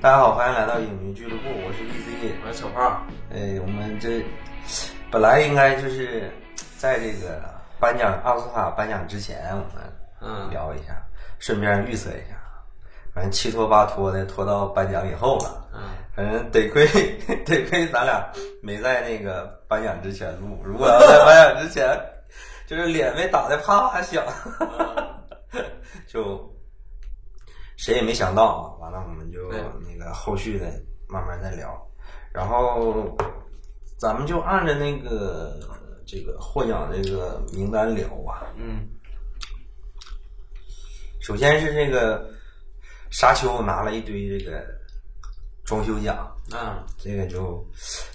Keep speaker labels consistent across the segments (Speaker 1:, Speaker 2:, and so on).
Speaker 1: 大家好，欢迎来到影迷俱乐部，我是 EZ。
Speaker 2: 我是小胖，
Speaker 1: 哎，我们这本来应该就是在这个颁奖奥斯卡颁奖之前，我们
Speaker 2: 嗯，
Speaker 1: 聊一下，顺便预测一下，反正七拖八拖的拖到颁奖以后了。
Speaker 2: 嗯，
Speaker 1: 反正得亏得亏咱俩没在那个颁奖之前录，如果要在颁奖之前，就是脸被打的啪啪响，就谁也没想到啊。完了，我们就
Speaker 2: 对
Speaker 1: 那个后续的慢慢再聊，然后咱们就按着那个这个获奖这个名单聊吧。
Speaker 2: 嗯，
Speaker 1: 首先是这个沙丘拿了一堆这个装修奖。
Speaker 2: 嗯，
Speaker 1: 这个就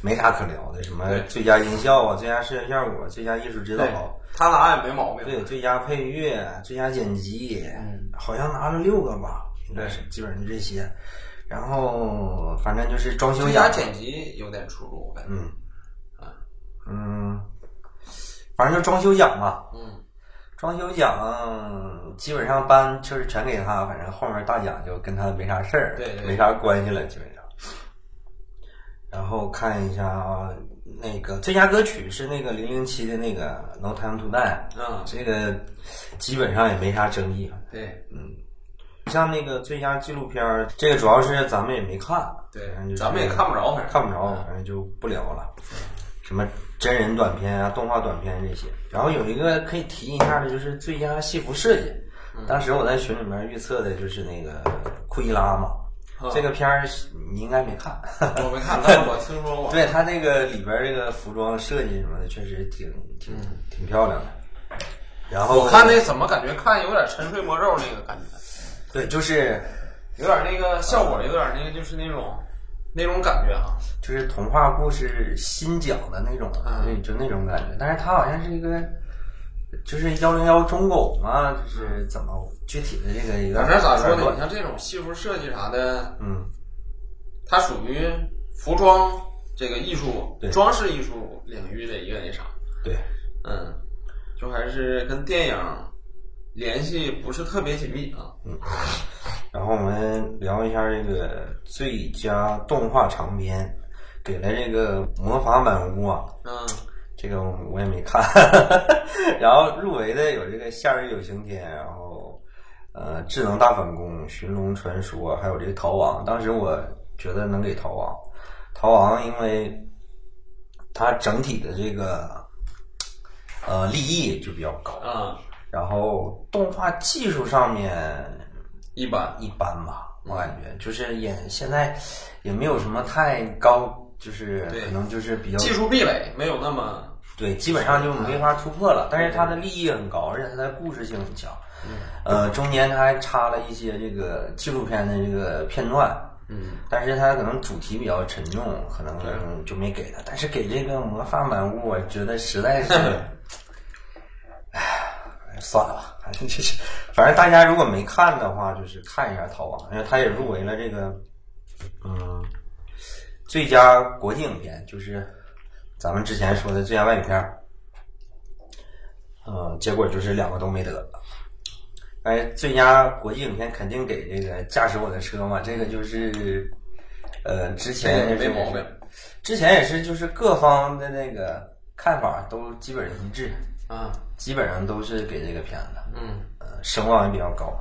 Speaker 1: 没啥可聊的，什么
Speaker 2: 对
Speaker 1: 最佳音效啊、最佳视觉效果、最佳艺术指导啊
Speaker 2: 对，，他拿也没毛病，
Speaker 1: 对，最佳配乐、啊最佳剪辑，
Speaker 2: 嗯
Speaker 1: 好像拿了六个吧，应该是基本上就这些。然后反正就是装修
Speaker 2: 最
Speaker 1: 奖
Speaker 2: 佳，剪辑有点出入，我感觉，
Speaker 1: 嗯，嗯，反正就装修奖吧。
Speaker 2: 嗯，
Speaker 1: 装修奖基本上颁就是全给他，反正后面大奖就跟他没啥事儿，
Speaker 2: 对对
Speaker 1: 没啥关系了，基本上。然后看一下啊，那个最佳歌曲是那个零零七的那个《No Time to Die》，
Speaker 2: 嗯，
Speaker 1: 这个基本上也没啥争议。啊嗯
Speaker 2: 对，
Speaker 1: 像那个最佳纪录片儿，这个主要是咱们也没看，啊
Speaker 2: 对
Speaker 1: 反正就，是
Speaker 2: 咱们也看不着，反正，
Speaker 1: 看不着，反正就不聊了。什么真人短片啊、动画短片这些。然后有一个可以提一下的，就是最佳戏服设计。
Speaker 2: 嗯
Speaker 1: 当时我在群里面预测的就是那个库伊拉嘛，
Speaker 2: 嗯
Speaker 1: 这个片儿是你应该没看。
Speaker 2: 我没看，但是我听说过，
Speaker 1: 对它那个里边儿这个服装设计什么的，确实挺挺挺漂亮的。然后
Speaker 2: 嗯我看那怎么感觉看有点沉睡魔咒那个感觉，
Speaker 1: 对，就是
Speaker 2: 有点那个效果，有点那个就是那种那种感觉啊，
Speaker 1: 就是童话故事新讲的那种，
Speaker 2: 嗯
Speaker 1: 那就那种感觉。但是它好像是一个，就是幺零幺中狗嘛，就是怎么具体的这个一个，
Speaker 2: 反正咋说呢，你？像这种戏服设计啥的，
Speaker 1: 嗯，
Speaker 2: 它属于服装这个艺术
Speaker 1: 对、
Speaker 2: 装饰艺术领域的一个那啥，
Speaker 1: 对，
Speaker 2: 嗯，就还是跟电影联系不是特别紧密啊。
Speaker 1: 然后我们聊一下这个最佳动画长片，给了这个《魔法满屋》啊，
Speaker 2: 嗯，
Speaker 1: 这个我也没看。 然后入围的有这个《夏日有晴天》，然后呃，《智能大反攻》《寻龙传说》，还有这个《逃亡》。当时我觉得能给《逃亡》，《逃亡》因为它整体的这个呃立意就比较高，
Speaker 2: 啊、
Speaker 1: 然后动画技术上面
Speaker 2: 一般。
Speaker 1: 一般吧，我感觉就是也现在也没有什么太高。就是
Speaker 2: 对
Speaker 1: 可能就是比较
Speaker 2: 技术壁垒没有那么，
Speaker 1: 对，基本上就没法突破了。但是它的立意很高，而且它的故事性很强。呃，中间它还插了一些这个纪录片的这个片段，
Speaker 2: 嗯，
Speaker 1: 但是它可能主题比较沉重，可能就没给它。但是给这个《魔法满屋》，我觉得实在是，唉，哎算了吧，反正就是，反正大家如果没看的话，就是看一下《逃亡》，因为它也入围了这个，嗯，最佳国际影片，就是咱们之前说的最佳外语片儿。呃，结果就是两个都没得。但是最佳国际影片肯定给这个《驾驶我的车》嘛，这个就是，呃，之前
Speaker 2: 这
Speaker 1: 也
Speaker 2: 个
Speaker 1: 是
Speaker 2: 没毛病。
Speaker 1: 之前也是，就是各方的那个看法都基本上一致，
Speaker 2: 啊，
Speaker 1: 基本上都是给这个片子，
Speaker 2: 嗯，
Speaker 1: 呃，声望也比较高。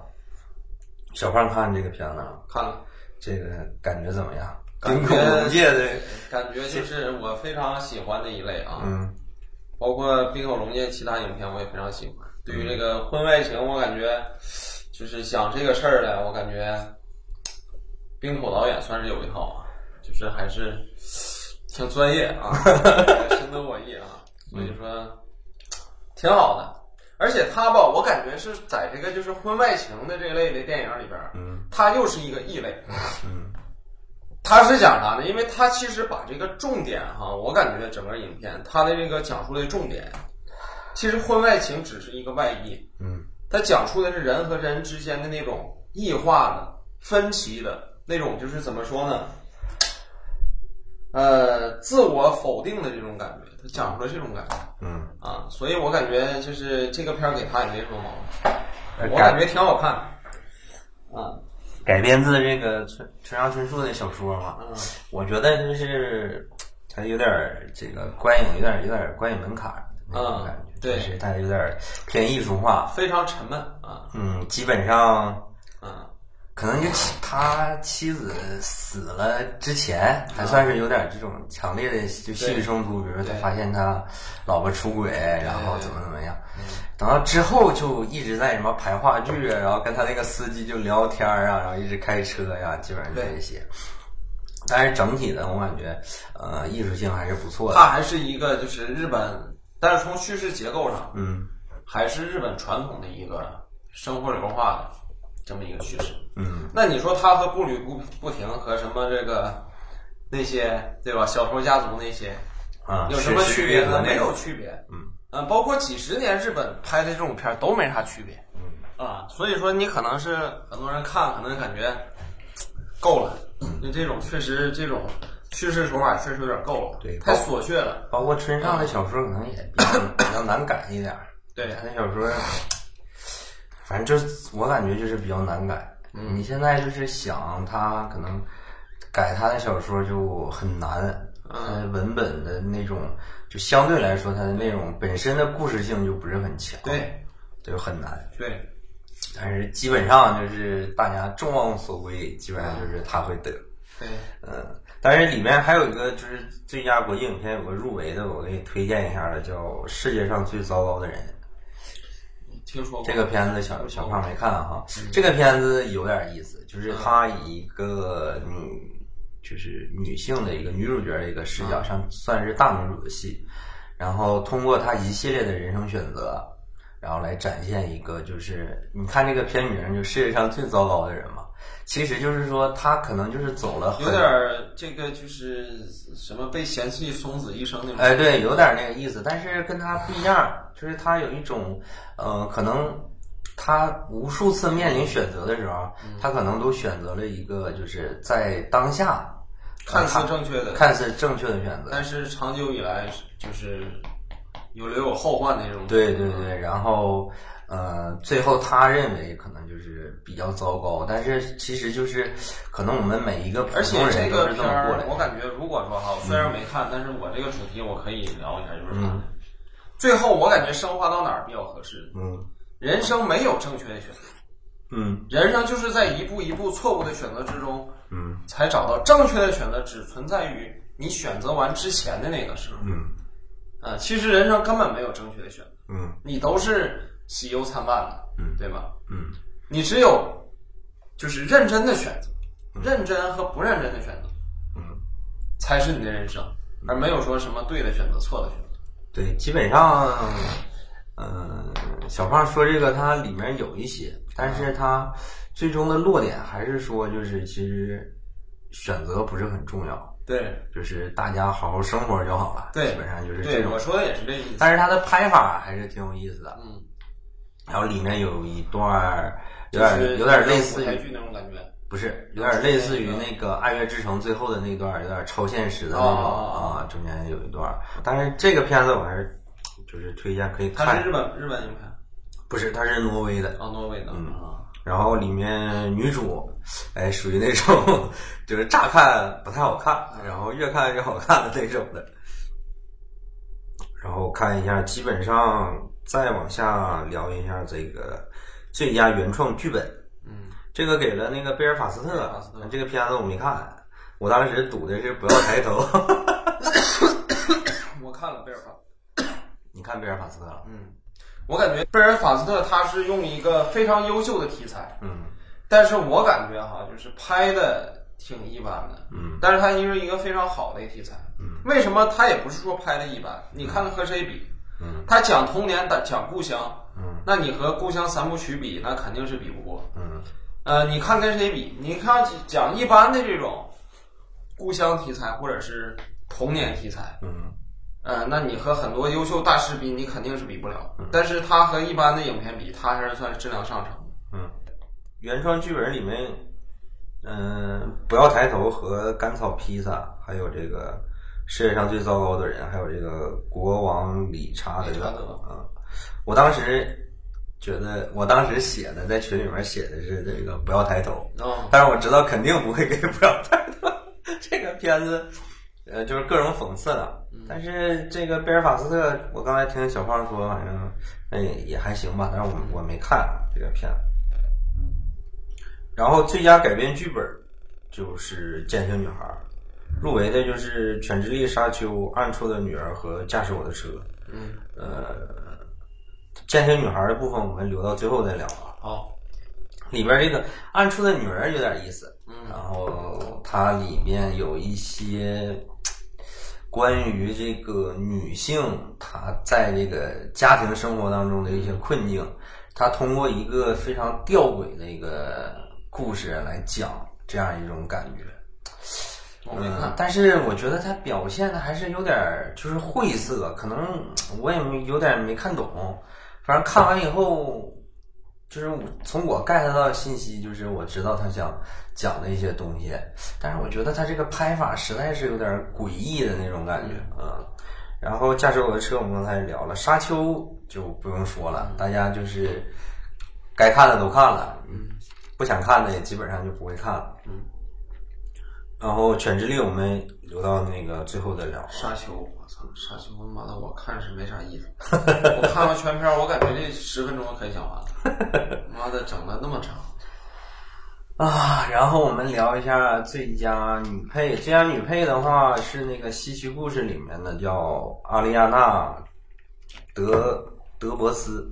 Speaker 1: 小胖看这个片子了，
Speaker 2: 看了，
Speaker 1: 这个感觉怎么样？
Speaker 2: 感
Speaker 1: 跟
Speaker 2: 觉
Speaker 1: 恐龙界的，
Speaker 2: 感觉就是我非常喜欢的一类啊，
Speaker 1: 嗯
Speaker 2: 包括《冰火龙界》其他影片我也非常喜欢。对于这个婚外情，我感觉就是想这个事儿呢，我感觉冰火导演算是有一套啊，就是还是挺专业啊，深得我意啊，所以说挺好的。而且他吧，我感觉是在这个就是婚外情的这类的电影里边儿，
Speaker 1: 嗯
Speaker 2: 他又是一个异类。
Speaker 1: 嗯
Speaker 2: 他是讲啥呢？因为他其实把这个重点哈，我感觉整个影片他的这个讲述的重点，其实婚外情只是一个外衣，
Speaker 1: 嗯
Speaker 2: 它讲述的是人和人之间的那种异化的、分歧的那种，就是怎么说呢？呃，自我否定的这种感觉，他讲出了这种感觉
Speaker 1: 嗯，
Speaker 2: 啊，所以我感觉就是这个片儿给他也没什么毛病，
Speaker 1: 呃
Speaker 2: 我感觉挺好看的啊。
Speaker 1: 改编自这个村村上春树的小说嘛，
Speaker 2: 嗯
Speaker 1: 我觉得就是它有点儿这个观影有点儿有点儿观影门槛儿那种感觉，
Speaker 2: 嗯对
Speaker 1: 就是它有点儿偏艺术化，
Speaker 2: 非常沉闷啊，
Speaker 1: 嗯，基本上
Speaker 2: 嗯，
Speaker 1: 可能就妻他妻子死了之前，还算是有点这种强烈的就戏剧冲突，比如说他
Speaker 2: 啊对
Speaker 1: 发现他老婆出轨，然后怎么怎么样。等到之后就一直在什么排话剧啊，然后跟他那个司机就聊天啊，然后一直开车呀、基本上就这些。但是整体的我感觉，呃，艺术性还是不错的。
Speaker 2: 它还是一个就是日本，但是从叙事结构上
Speaker 1: 嗯
Speaker 2: 还是日本传统的一个生活流化的这么一个叙事。
Speaker 1: 嗯，
Speaker 2: 那你说他和步履不不停和什么这个那些对吧？小偷家族那些
Speaker 1: 啊，
Speaker 2: 有什么
Speaker 1: 是
Speaker 2: 区别呢？
Speaker 1: 是
Speaker 2: 没有区别。
Speaker 1: 嗯
Speaker 2: 啊，包括几十年日本拍的这种片儿都没啥区别。
Speaker 1: 嗯
Speaker 2: 啊，所以说你可能是很多人看，可能感觉够了，就这种确实这种叙事手法确实有点够了，
Speaker 1: 对
Speaker 2: 太索血了。
Speaker 1: 包括村上的小说可能也比较比较难改一点儿。
Speaker 2: 对
Speaker 1: 他那小说，反正就是我感觉就是比较难改。你现在就是想他可能改他的小说就很难，他文本的那种就相对来说他的内容本身的故事性就不是很强，，
Speaker 2: 对
Speaker 1: 就很难。
Speaker 2: 对，
Speaker 1: 但是基本上就是大家众望所归，基本上就是他会得。
Speaker 2: 对，
Speaker 1: 嗯，但是里面还有一个就是最佳国际影片有个入围的，我给你推荐一下的，叫《世界上最糟糕的人》。
Speaker 2: 听说过嗯
Speaker 1: 这个片子小小胖没看哈，这个片子有点意思，就是它以一个女，就是女性的一个女主角的一个视
Speaker 2: 嗯
Speaker 1: 角，上算是大女主的戏，然后通过她一系列的人生选择，然后来展现一个就是你看这个片名就世界上最糟糕的人嘛，其实就是说她可能就是走了很
Speaker 2: 有点儿这个就是什么被嫌弃松子一生那种。
Speaker 1: 哎，对，有点那个意思，但是跟他不一样，就是他有一种，呃，可能他无数次面临选择的时候，
Speaker 2: 嗯
Speaker 1: 他可能都选择了一个就是在当下
Speaker 2: 看似正确的，
Speaker 1: 看似正确的选择，
Speaker 2: 但是长久以来就是有留有后患的那种。
Speaker 1: 对对对，然后呃，最后他认为可能就是比较糟糕，但是其实就是可能我们每一个普
Speaker 2: 而且
Speaker 1: 通
Speaker 2: 这
Speaker 1: 人都
Speaker 2: 个
Speaker 1: 是这
Speaker 2: 片
Speaker 1: 么过
Speaker 2: 儿
Speaker 1: 来，
Speaker 2: 我
Speaker 1: 的，嗯
Speaker 2: 感觉如果说哈，我虽然没看，但是我这个主题我可以聊一下，就是啥呢？最后我感觉升华到哪儿比较合适？
Speaker 1: 嗯
Speaker 2: 人生没有正确的选择，
Speaker 1: 嗯
Speaker 2: 人生就是在一步一步错误的选择之中，
Speaker 1: 嗯
Speaker 2: 才找到正确的选择，只存在于你选择完之前的那个时候。
Speaker 1: 嗯
Speaker 2: 啊，其实人生根本没有正确的选择，
Speaker 1: 嗯
Speaker 2: 你都是喜忧参半的，
Speaker 1: 嗯
Speaker 2: 对吧？
Speaker 1: 嗯
Speaker 2: 你只有就是认真的选择，认真和不认真的选择，
Speaker 1: 嗯，
Speaker 2: 才是你的人生，而没有说什么对的选择、错的选择。
Speaker 1: 对，基本上，嗯、小胖说这个，它里面有一些，但是它最终的落点还是说，就是其实选择不是很重要，
Speaker 2: 对
Speaker 1: 就是大家好好生活就好了。
Speaker 2: 对
Speaker 1: 基本上就是这
Speaker 2: 对，
Speaker 1: 种
Speaker 2: 我。说的也是这意思。
Speaker 1: 但是它的拍法还是挺有意思的，
Speaker 2: 嗯，
Speaker 1: 然后里面有一段儿有
Speaker 2: 就
Speaker 1: 点
Speaker 2: 是
Speaker 1: 有点类似
Speaker 2: 舞台
Speaker 1: 于，
Speaker 2: 剧那种感觉。
Speaker 1: 不是有点类似于那个《爱乐之城》最后的那段儿，有点超现实的那
Speaker 2: 哦
Speaker 1: 种
Speaker 2: 哦
Speaker 1: 啊，中间有一段儿。但是这个片子我还是就是推荐可以看。
Speaker 2: 它是日本日本影片，
Speaker 1: 不是，他是挪威的，
Speaker 2: 啊，挪威的。
Speaker 1: 嗯
Speaker 2: 啊，
Speaker 1: 然后里面女主，哎，属于那种 就是乍看不太好看，然后越看越好看的那种的。然后看一下，基本上再往下聊一下这个最佳原创剧本，
Speaker 2: 嗯，
Speaker 1: 这个给了那个贝尔法斯特。
Speaker 2: 法斯特
Speaker 1: 这个片子我没看，我当时赌的是不要抬头。
Speaker 2: 我看了贝尔法斯特。
Speaker 1: 你看贝尔法斯特了？
Speaker 2: 嗯，我感觉贝尔法斯特他是用一个非常优秀的题材，
Speaker 1: 嗯
Speaker 2: 但是我感觉哈，就是拍的挺一般的。
Speaker 1: 嗯
Speaker 2: 但是它因为一个非常好的一个题材，
Speaker 1: 嗯
Speaker 2: 为什么它也不是说拍的一般？你看它和谁比？
Speaker 1: 嗯
Speaker 2: 它讲童年，的讲故乡，
Speaker 1: 嗯
Speaker 2: 那你和故乡三部曲比，那肯定是比不过。
Speaker 1: 嗯
Speaker 2: 呃，你看跟谁比？你看讲一般的这种故乡题材或者是童年题材，
Speaker 1: 嗯
Speaker 2: 呃，那你和很多优秀大师比，你肯定是比不了。但是它和一般的影片比，它还是算是质量上乘的。
Speaker 1: 嗯，原创剧本里面，嗯、不要抬头和甘草披萨，还有这个世界上最糟糕的人，还有这个国王理查德嗯
Speaker 2: 理查德
Speaker 1: 啊、我当时觉得我当时写的在群里面写的是这个不要抬头，
Speaker 2: 哦，
Speaker 1: 但是我知道肯定不会给 不要抬头。这个片子，呃，就是各种讽刺啊。但是这个贝尔法斯特，我刚才听小胖说，反正那也也还行吧，但是我我没看这个片子。然后最佳改编剧本就是《践行女孩》，入围的就是《犬之力沙丘》《暗处的女儿》和《驾驶我的车》。
Speaker 2: 嗯，
Speaker 1: 呃，践行女孩的部分我们留到最后再聊啊。
Speaker 2: 好，
Speaker 1: 里边这个暗处的女儿有点意思，
Speaker 2: 嗯
Speaker 1: 然后它里面有一些关于这个女性她在这个家庭生活当中的一些困境，她通过一个非常吊诡的一个故事来讲这样一种感觉。
Speaker 2: 我没
Speaker 1: 嗯
Speaker 2: 看，，
Speaker 1: 但是我觉得他表现的还是有点儿就是晦涩，可能嗯我也没有点没看懂。反正看完以后，就是我从我 get 到的信息，就是我知道他想讲的一些东西，但是我觉得他这个拍法实在是有点儿诡异的那种感觉啊、嗯然后驾驶我的车，我们刚才也聊了，沙丘就不用说了，大家就是该看的都看了，嗯，不想看的也基本上就不会看了。然后《犬之力》我们留到那个最后再聊。
Speaker 2: 沙丘，我操，沙丘，妈的，我看是没啥意 思。我看完全片儿，我感觉这十分钟就可以讲完了。妈的，整了那么长，
Speaker 1: 啊，然后我们聊一下最佳女配。最佳女配的话是那个《西区故事》里面的叫阿丽亚娜德德伯斯，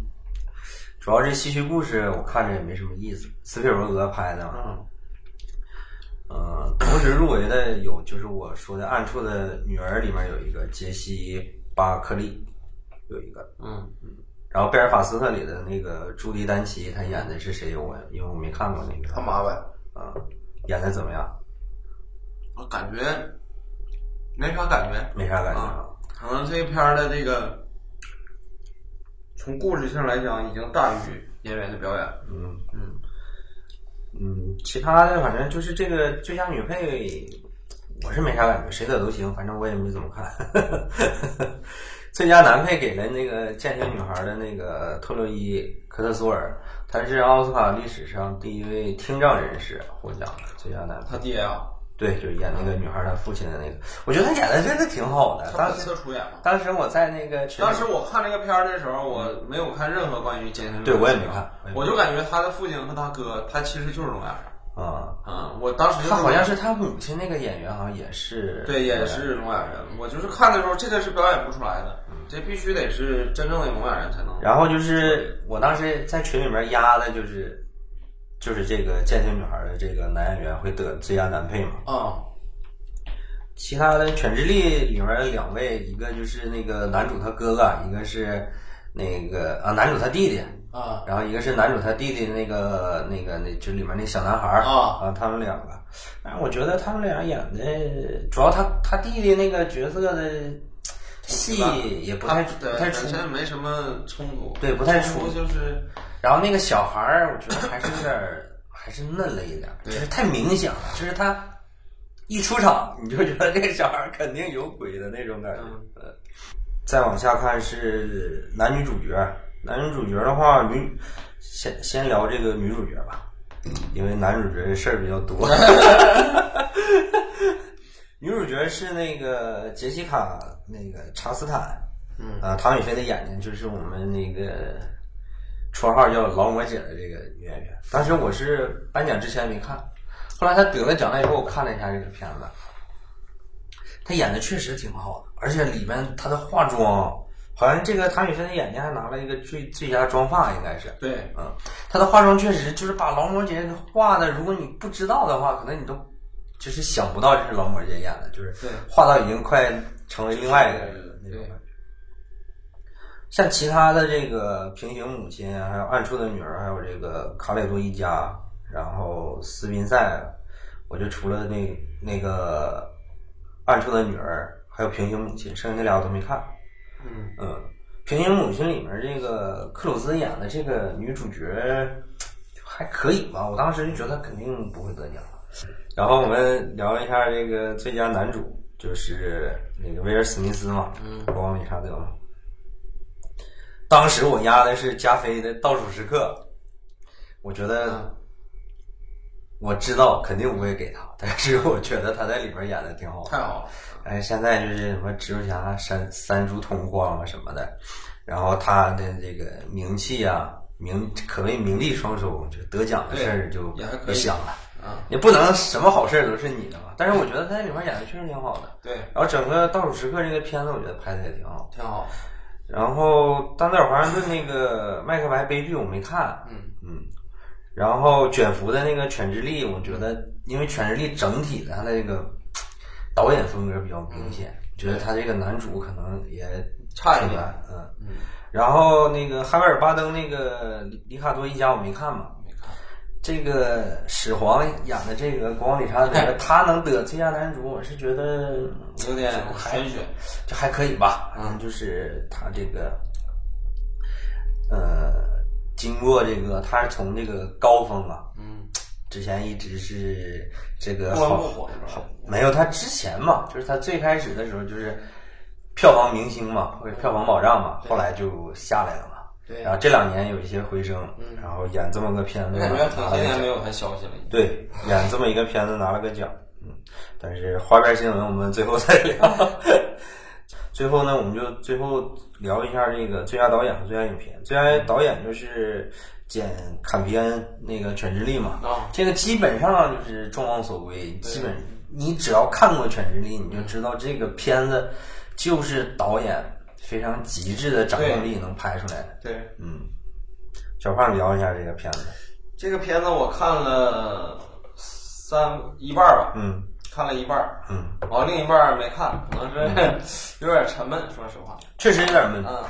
Speaker 1: 主要是《西区故事》我看着也没什么意思，斯皮尔伯格拍的嘛。
Speaker 2: 嗯，
Speaker 1: 呃，同时入围的有就是我说的《暗处的女儿》里面有一个杰西巴克利，有一个，
Speaker 2: 嗯，
Speaker 1: 然后《贝尔法斯特》里的那个朱迪丹奇，她演的是谁？我因为我没看过那个，
Speaker 2: 他妈呗，
Speaker 1: 啊、演的怎么样？
Speaker 2: 我感觉没啥感觉。
Speaker 1: 没啥感觉啊。
Speaker 2: 可能这一片儿的这个，从故事性来讲，已经大于演员的表演。
Speaker 1: 嗯
Speaker 2: 嗯，
Speaker 1: 嗯，其他的反正就是这个最佳女配，我是没啥感觉，谁的都行，反正我也没怎么看。 最佳男配给了那个《践行女孩》的那个特洛伊·科特索尔，他是奥斯卡历史上第一位听障人士获奖的最佳男配。
Speaker 2: 他爹啊，
Speaker 1: 对，就是演那个女孩她父亲的那个，我觉得他演的真的挺好的。
Speaker 2: 他
Speaker 1: 当
Speaker 2: 本
Speaker 1: 时
Speaker 2: 色出演嘛。
Speaker 1: 当时我在那个群里
Speaker 2: 当时我看这个片儿的时候，我没有看任何关于健身的。
Speaker 1: 对我也没看我也没看
Speaker 2: 我就感觉他的父亲和他哥，他其实就是聋哑人。
Speaker 1: 啊，
Speaker 2: 嗯，我当时就是
Speaker 1: 他好像是他母亲那个演员，好像也是
Speaker 2: 对，也是聋哑人。我就是看的时候，这个是表演不出来的，
Speaker 1: 嗯
Speaker 2: 这必须得是真正的聋哑人才能。
Speaker 1: 然后就是我当时在群里面压的就是，就是这个《健身女孩》的这个男演员会得最佳男配嘛。
Speaker 2: 啊，
Speaker 1: 其他的《犬之力》里面两位，一个就是那个男主他哥哥，一个是那个啊男主他弟弟，
Speaker 2: 啊，
Speaker 1: 然后一个是男主他弟弟那个那个那就里面那小男孩儿
Speaker 2: 啊
Speaker 1: 啊，他们两个。但是我觉得他们俩演的，主要他他弟弟那个角色的戏也不太
Speaker 2: 对
Speaker 1: 不太出
Speaker 2: 本身没什么冲突，
Speaker 1: 对不太
Speaker 2: 冲突
Speaker 1: 出
Speaker 2: 就是
Speaker 1: 然后那个小孩儿，我觉得还是有点儿，还是嫩了一点儿，就是太明显了，就是他一出场你就觉得这个小孩儿肯定有鬼的那种感觉。呃再往下看是男女主角，男女主角的话，女先先聊这个女主角吧，因为男主角的事儿比较多。女主角是那个杰西卡，那个查斯坦，
Speaker 2: 嗯
Speaker 1: 啊，唐雨菲的眼睛就是我们那个绰号叫劳模姐的这个女演员。当时我是颁奖之前没看，后来她得了奖了以后，我看了一下这个片子，她演的确实挺好的，而且里面她的化妆，好像这个唐雨菲的眼睛还拿了一个最最佳妆发，应该是。
Speaker 2: 对，
Speaker 1: 嗯，她的化妆确实就是把劳模姐画的，如果你不知道的话，可能你都就是想不到这是劳模姐演的，就是
Speaker 2: 对
Speaker 1: 画到已经快成为另外一个人了那种
Speaker 2: 对
Speaker 1: 感觉。像其他的这个平行母亲，啊还有暗处的女儿，还有这个卡列多一家，然后斯宾塞，我就除了那那个暗处的女儿，还有平行母亲，剩下那俩我都没看。
Speaker 2: 嗯。
Speaker 1: 嗯，《平行母亲》里面这个克鲁兹演的这个女主角还可以吧？我当时就觉得肯定不会得奖。然后我们聊一下这个最佳男主，
Speaker 2: 嗯
Speaker 1: 就是那个威尔·史密斯嘛，国王没啥得嘛。当时我压的是加菲的《倒数时刻》，我觉得
Speaker 2: 嗯
Speaker 1: 我知道肯定不会给他，但是我觉得他在里边演的挺好的。
Speaker 2: 太好了，
Speaker 1: 哎，现在就是什么蜘蛛侠三三株同框啊什么的，然后他的这个名气啊，名可谓名利双收，就得奖的事儿就
Speaker 2: 也还可
Speaker 1: 别
Speaker 2: 以
Speaker 1: 想了，
Speaker 2: 啊，
Speaker 1: 也不能什么好事儿都是你的嘛。但是我觉得他在里面演的确实挺好的，
Speaker 2: 对，
Speaker 1: 然后整个《倒数时刻》这个片子，我觉得拍的也挺好。
Speaker 2: 挺好，
Speaker 1: 然后《丹泽尔华盛顿》那个《麦克白》悲剧我没看，
Speaker 2: 嗯
Speaker 1: 嗯，然后卷福的那个《犬之力》，我觉得因为《犬之力》整体的它的这个导演风格比较明显，觉得他这个男主可能也
Speaker 2: 差一
Speaker 1: 一
Speaker 2: 点，
Speaker 1: 嗯。
Speaker 2: 嗯，
Speaker 1: 然后那个哈维尔巴登那个里里卡多一家我没看嘛，
Speaker 2: 没看，
Speaker 1: 这个始皇演的这个国王理查德，他能得最佳男主，我是觉得
Speaker 2: 有点
Speaker 1: 还
Speaker 2: 玄学，
Speaker 1: 就还可以吧，反正
Speaker 2: 嗯
Speaker 1: 就是他这个，呃，经过这个，他是从这个高峰啊，
Speaker 2: 嗯，
Speaker 1: 之前一直是这个
Speaker 2: 不温不
Speaker 1: 呃好
Speaker 2: 火是吧？
Speaker 1: 没有他之前嘛，就是他最开始的时候就是票房明星嘛，或者票房保障嘛，后来就下来了嘛。
Speaker 2: 对
Speaker 1: 然后这两年有一些回升，
Speaker 2: 嗯
Speaker 1: 然后演这么个片
Speaker 2: 我
Speaker 1: 子，
Speaker 2: 感觉
Speaker 1: 拿
Speaker 2: 很
Speaker 1: 了
Speaker 2: 些
Speaker 1: 个
Speaker 2: 年
Speaker 1: 奖
Speaker 2: 没有他消息了，已经。
Speaker 1: 对，演这么一个片子拿了个奖，嗯，但是花边新闻我们最后再聊。 最后呢，我们就最后聊一下这个最佳导演和最佳影片。最
Speaker 2: 嗯
Speaker 1: 佳导演就是简·坎皮恩那个《犬之力》嘛，
Speaker 2: 啊，
Speaker 1: 这个基本上就是众望所归，基本你只要看过《犬之力》，你就知道这个片子就是导演非常极致的掌控力能拍出来的。
Speaker 2: 对，
Speaker 1: 嗯，小胖聊一下这个片子，
Speaker 2: 这个片子我看了三一半儿吧，
Speaker 1: 嗯
Speaker 2: 看了一半儿，
Speaker 1: 嗯，
Speaker 2: 然后另一半儿没看，可能是 有点沉闷，说实话。
Speaker 1: 确实有点闷。
Speaker 2: 嗯，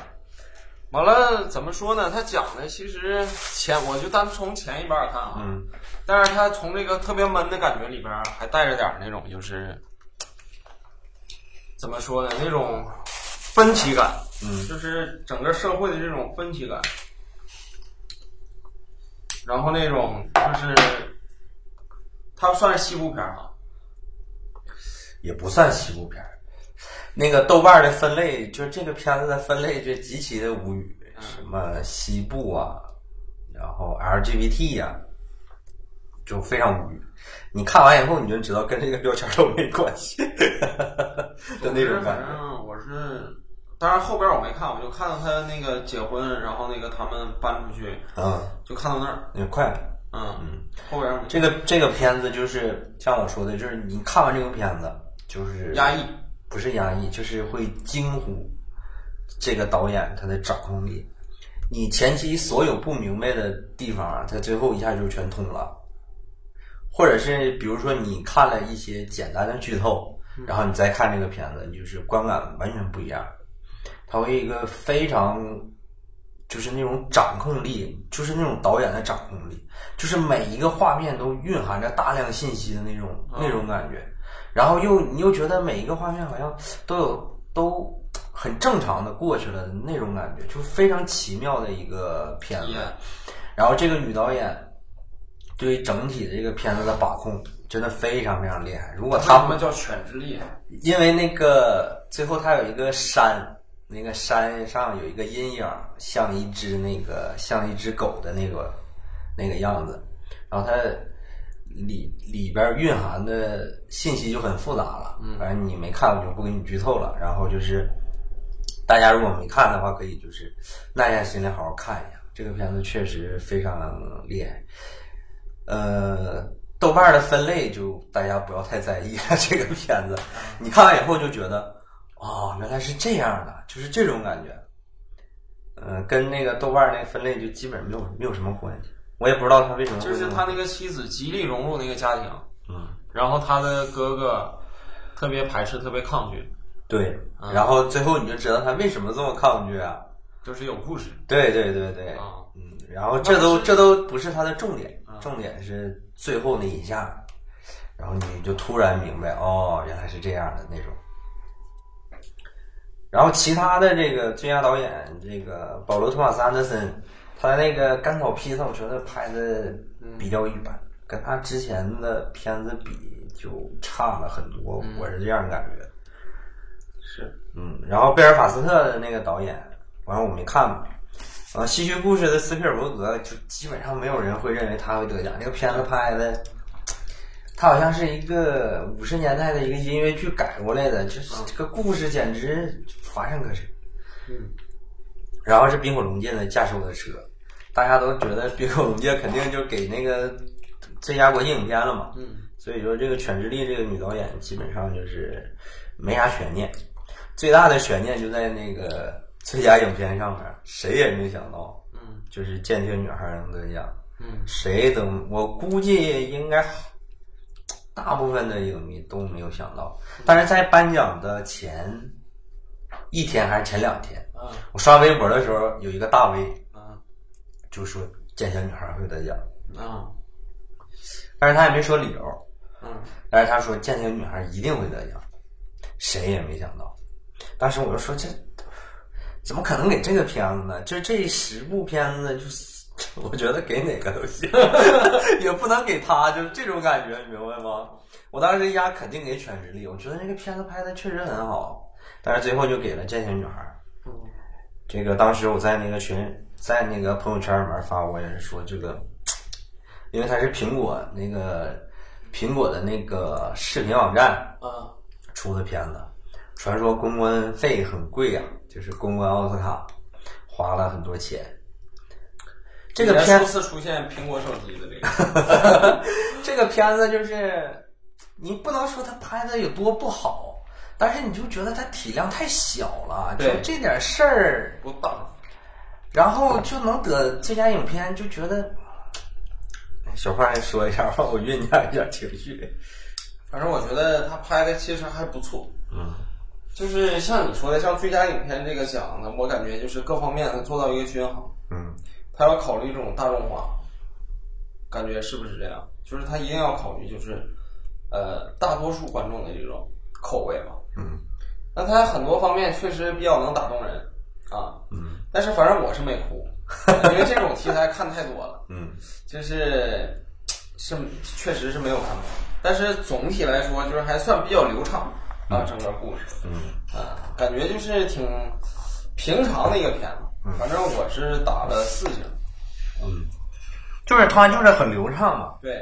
Speaker 2: 完了怎么说呢？他讲的其实前我就单从前一半儿看啊，
Speaker 1: 嗯
Speaker 2: 但是他从这个特别闷的感觉里边儿还带着点儿那种就是怎么说呢？那种分歧感，
Speaker 1: 嗯
Speaker 2: 就是整个社会的这种分歧感，然后那种就是，它算是西部片儿啊，
Speaker 1: 也不算西部片儿。那个豆瓣儿的分类，就是这个片子的分类就极其的无语，
Speaker 2: 嗯
Speaker 1: 什么西部啊，然后 LGBT 呀、啊就非常无语。你看完以后，你就知道跟这个标签儿都没关 系的那种感
Speaker 2: 反
Speaker 1: 觉。
Speaker 2: 正我是，当然后边我没看，我就看到他那个结婚，然后那个他们搬出去，
Speaker 1: 嗯，
Speaker 2: 就看到那儿，
Speaker 1: 也快了。
Speaker 2: 嗯，后边我没
Speaker 1: 这个这个片子就是像我说的，就是你看完这个片子，就是
Speaker 2: 压抑，
Speaker 1: 不是压抑，就是会惊呼这个导演他的掌控力。你前期所有不明白的地方啊，他最后一下就全通了，或者是比如说你看了一些简单的剧透，然后你再看这个片子，你就是观感完全不一样。他会一个非常就是那种掌控力，就是那种导演的掌控力，就是每一个画面都蕴含着大量信息的那种、那种感觉。然后又你又觉得每一个画面好像都有都很正常的过去了的那种感觉，就非常奇妙的一个片子
Speaker 2: 体。验，
Speaker 1: 然后这个女导演对于整体的这个片子的把控真的非常非常厉害。如果
Speaker 2: 为
Speaker 1: 她
Speaker 2: 什么叫犬之力？啊
Speaker 1: 因为那个最后它有一个山，那个山上有一个阴影，像一只那个像一只狗的那个那个样子，然后它里里边蕴含的信息就很复杂了。
Speaker 2: 嗯
Speaker 1: 反正你没看，我就不给你剧透了。然后就是大家如果没看的话，可以就是耐下心来好好看一下这个片子，确实非常厉害。呃，豆瓣儿的分类就大家不要太在意 这个片子，你看完以后就觉得，哦，原来是这样的，就是这种感觉。呃，跟那个豆瓣儿那个分类就基本没有没有什么关系，我也不知道他为什么会
Speaker 2: 就是
Speaker 1: 那么
Speaker 2: 他那个妻子极力融入那个家庭，
Speaker 1: 嗯，
Speaker 2: 然后他的哥哥特别排斥，特别抗拒，
Speaker 1: 对，然后最后你就知道他为什么这么抗拒啊？
Speaker 2: 就是有故事
Speaker 1: 对对对对，
Speaker 2: 啊，
Speaker 1: 嗯，然后这都这都不是他的重点，重点是最后那一下，然后你就突然明白，哦，原来是这样的那种。然后其他的这个最佳导演，这个保罗·托马斯·安德森，他的那个《甘草披萨》，我觉得拍的比较一般，跟他之前的片子比就差了很多，我是这样感觉。
Speaker 2: 是
Speaker 1: 嗯，然后贝尔法斯特的那个导演，完了我没看嘛，啊，戏剧故事的斯皮尔伯格就基本上没有人会认为他会得奖。这个片子拍的，他好像是一个五十年代的一个音乐剧改过来的，就是这个故事简直乏善可陈。
Speaker 2: 嗯，
Speaker 1: 然后是冰火龙界的驾驶我的车，大家都觉得冰火龙界肯定就给那个最佳国际影片了嘛。
Speaker 2: 嗯，
Speaker 1: 所以说这个犬之力这个女导演基本上就是没啥悬念，最大的悬念就在那个最佳影片上面，谁也没想到，
Speaker 2: 嗯，
Speaker 1: 就是《间谍女孩》能得奖，
Speaker 2: 嗯，
Speaker 1: 谁都我估计应该大部分的影迷都没有想到，但是在颁奖的前一天还是前两天，
Speaker 2: 啊
Speaker 1: 我刷微博的时候有一个大 V
Speaker 2: 啊
Speaker 1: 就说《间谍女孩》会得奖，
Speaker 2: 啊
Speaker 1: 但是他也没说理由。
Speaker 2: 嗯
Speaker 1: 但是他说《间谍女孩》一定会得奖，谁也没想到。当时我就说这怎么可能给这个片子呢？就这十部片子，就是 我觉得给哪个都行， 也不能给他，就是这种感觉，你明白吗？我当时压肯定给《全职力》，我觉得这个片子拍的确实很好，但是最后就给了《间谍女孩》。
Speaker 2: 嗯
Speaker 1: 这个当时我在那个群，在那个朋友圈里面发，我也是说这个，因为它是苹果那个苹果的那个视频网站
Speaker 2: 啊
Speaker 1: 出的片子，传说公关费很贵呀、就是公关奥斯卡花了很多钱。这个
Speaker 2: 你
Speaker 1: 片
Speaker 2: 还初次出现苹果手机的这 个，
Speaker 1: 这个片子就是你不能说它拍的有多不好，但是你就觉得它体量太小了，就
Speaker 2: 对
Speaker 1: 这点事儿。
Speaker 2: 我挡。
Speaker 1: 然后就能得最佳影片，就觉得。哎小胖也说一下吧，我酝酿一下情绪。
Speaker 2: 反正我觉得他拍的其实还不错。
Speaker 1: 嗯，
Speaker 2: 就是像你说的，像最佳影片这个奖呢，我感觉就是各方面他做到一个均衡，
Speaker 1: 嗯
Speaker 2: 他要考虑这种大众化，感觉是不是这样？就是他一定要考虑就是，呃，大多数观众的这种口味嘛。
Speaker 1: 嗯
Speaker 2: 那他很多方面确实比较能打动人啊，
Speaker 1: 嗯
Speaker 2: 但是反正我是没哭， 因为这种题材看太多了。
Speaker 1: 嗯
Speaker 2: 就是是确实是没有看过，但是总体来说就是还算比较流畅啊，整个故事
Speaker 1: 嗯
Speaker 2: 啊，感觉就是挺平常的一个片子，反正我是打了四星，
Speaker 1: 嗯，就是它就是很流畅嘛。
Speaker 2: 对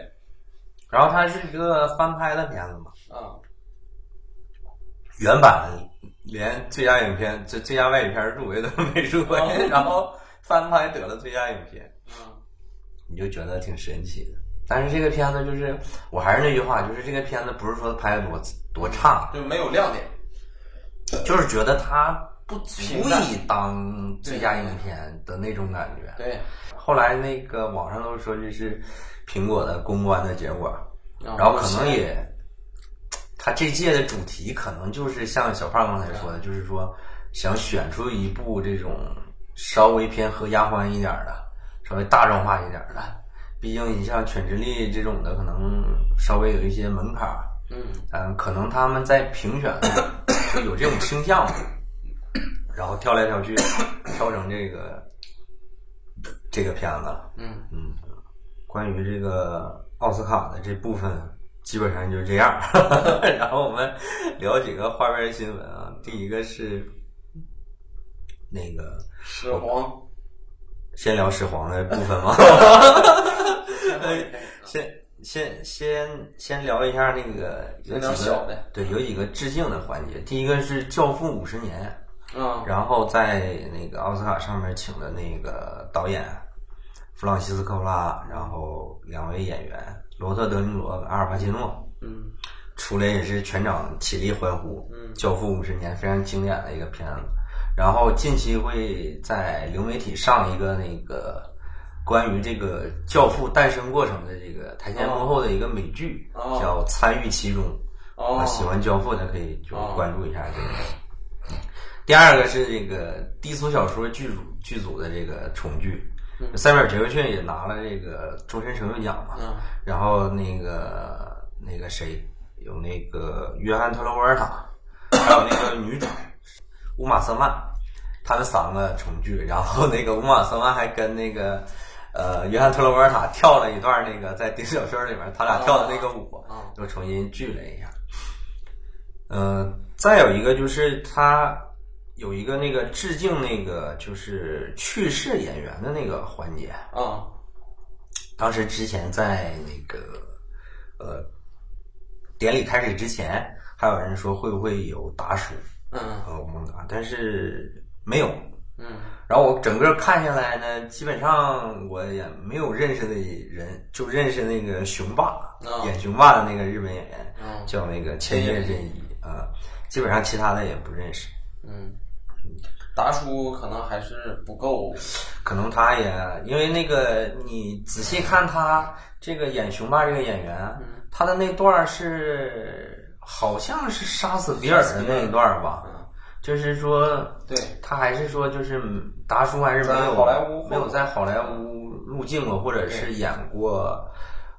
Speaker 1: 然后它是一个翻拍的片子嘛，
Speaker 2: 啊，
Speaker 1: 原版连最佳影片、最最佳外语片入围都没入围，
Speaker 2: 哦
Speaker 1: 然后翻拍得了最佳影片。
Speaker 2: 嗯
Speaker 1: 你就觉得挺神奇的。但是这个片子就是，我还是那句话，就是这个片子不是说拍的多多差，
Speaker 2: 就没有亮点，
Speaker 1: 就是觉得它不足
Speaker 2: 平淡
Speaker 1: 以当最佳影片的那种感觉。
Speaker 2: 对，
Speaker 1: 后来那个网上都说这是苹果的公关的结果，
Speaker 2: 然
Speaker 1: 然后可能也，他这届的主题可能就是像小胖刚才说的，就是说想选出一部这种稍微偏合家欢一点儿的，稍微大众化一点儿的。毕竟你像《犬之力》这种的，可能稍微有一些门槛儿。
Speaker 2: 嗯
Speaker 1: 嗯，可能他们在评选就有这种倾向，然后挑来挑去，挑成这个这个片子了。
Speaker 2: 嗯
Speaker 1: 嗯，关于这个奥斯卡的这部分，基本上就是这样。 然后我们聊几个花边新闻啊。第一个是那个，
Speaker 2: 始皇，
Speaker 1: 先聊始皇的部分吗？
Speaker 2: 哎
Speaker 1: 先先先先聊一下那个有几
Speaker 2: 先聊
Speaker 1: 个
Speaker 2: 小的
Speaker 1: 对，有几个致敬的环节。第一个是《教父五十年》，
Speaker 2: 嗯
Speaker 1: 然后在那个奥斯卡上面请的那个导演弗朗西斯科波拉，然后两位演员罗特·德尼罗和阿尔帕西诺
Speaker 2: 嗯
Speaker 1: 出来也是全场起立欢呼，
Speaker 2: 嗯
Speaker 1: 《教父五十年》非常经典的一个片子。然后近期会在流媒体上一个那个关于这个《教父》诞生过程的这个台前幕后的一个美剧，
Speaker 2: 哦
Speaker 1: 叫《参与其中》。
Speaker 2: 哦
Speaker 1: 啊，喜欢教父的可以就关注一下这个。第二个是这个低俗小说剧组剧组的这个重聚，
Speaker 2: 嗯
Speaker 1: 塞缪尔·杰克逊也拿了这个终身成就奖嘛。
Speaker 2: 嗯
Speaker 1: 然后那个那个谁，有那个约翰·特罗沃尔塔，还有那个女主乌玛·瑟曼，他们三个重聚。然后那个乌玛·瑟曼还跟那个呃约翰·特罗沃尔塔跳了一段那个在低俗小说里面他俩跳的那个舞。
Speaker 2: 啊
Speaker 1: 又呃重新聚了一下。嗯、再有一个就是他有一个那个致敬那个就是去世演员的那个环节，
Speaker 2: 啊，
Speaker 1: 当时之前在那个呃典礼开始之前，还有人说会不会有呃达叔
Speaker 2: 嗯
Speaker 1: 和欧梦达，但是没有。
Speaker 2: 嗯
Speaker 1: 然后我整个看下来呢，基本上我也没有认识的人，就认识那个雄霸、
Speaker 2: 啊
Speaker 1: 演雄霸的那个日本演员，
Speaker 2: 嗯
Speaker 1: 叫那个千叶真一啊、基本上其他的也不认识。
Speaker 2: 嗯，达叔可能还是不够，
Speaker 1: 可能他也因为那个，你仔细看他这个演雄霸这个演员，他的那段儿是好像是杀死比尔的那一段儿吧，
Speaker 2: 嗯，
Speaker 1: 就是说
Speaker 2: 对，
Speaker 1: 他还是说就是达叔还是没有
Speaker 2: 在好莱坞
Speaker 1: 没有在好莱坞入境过，或者是演过，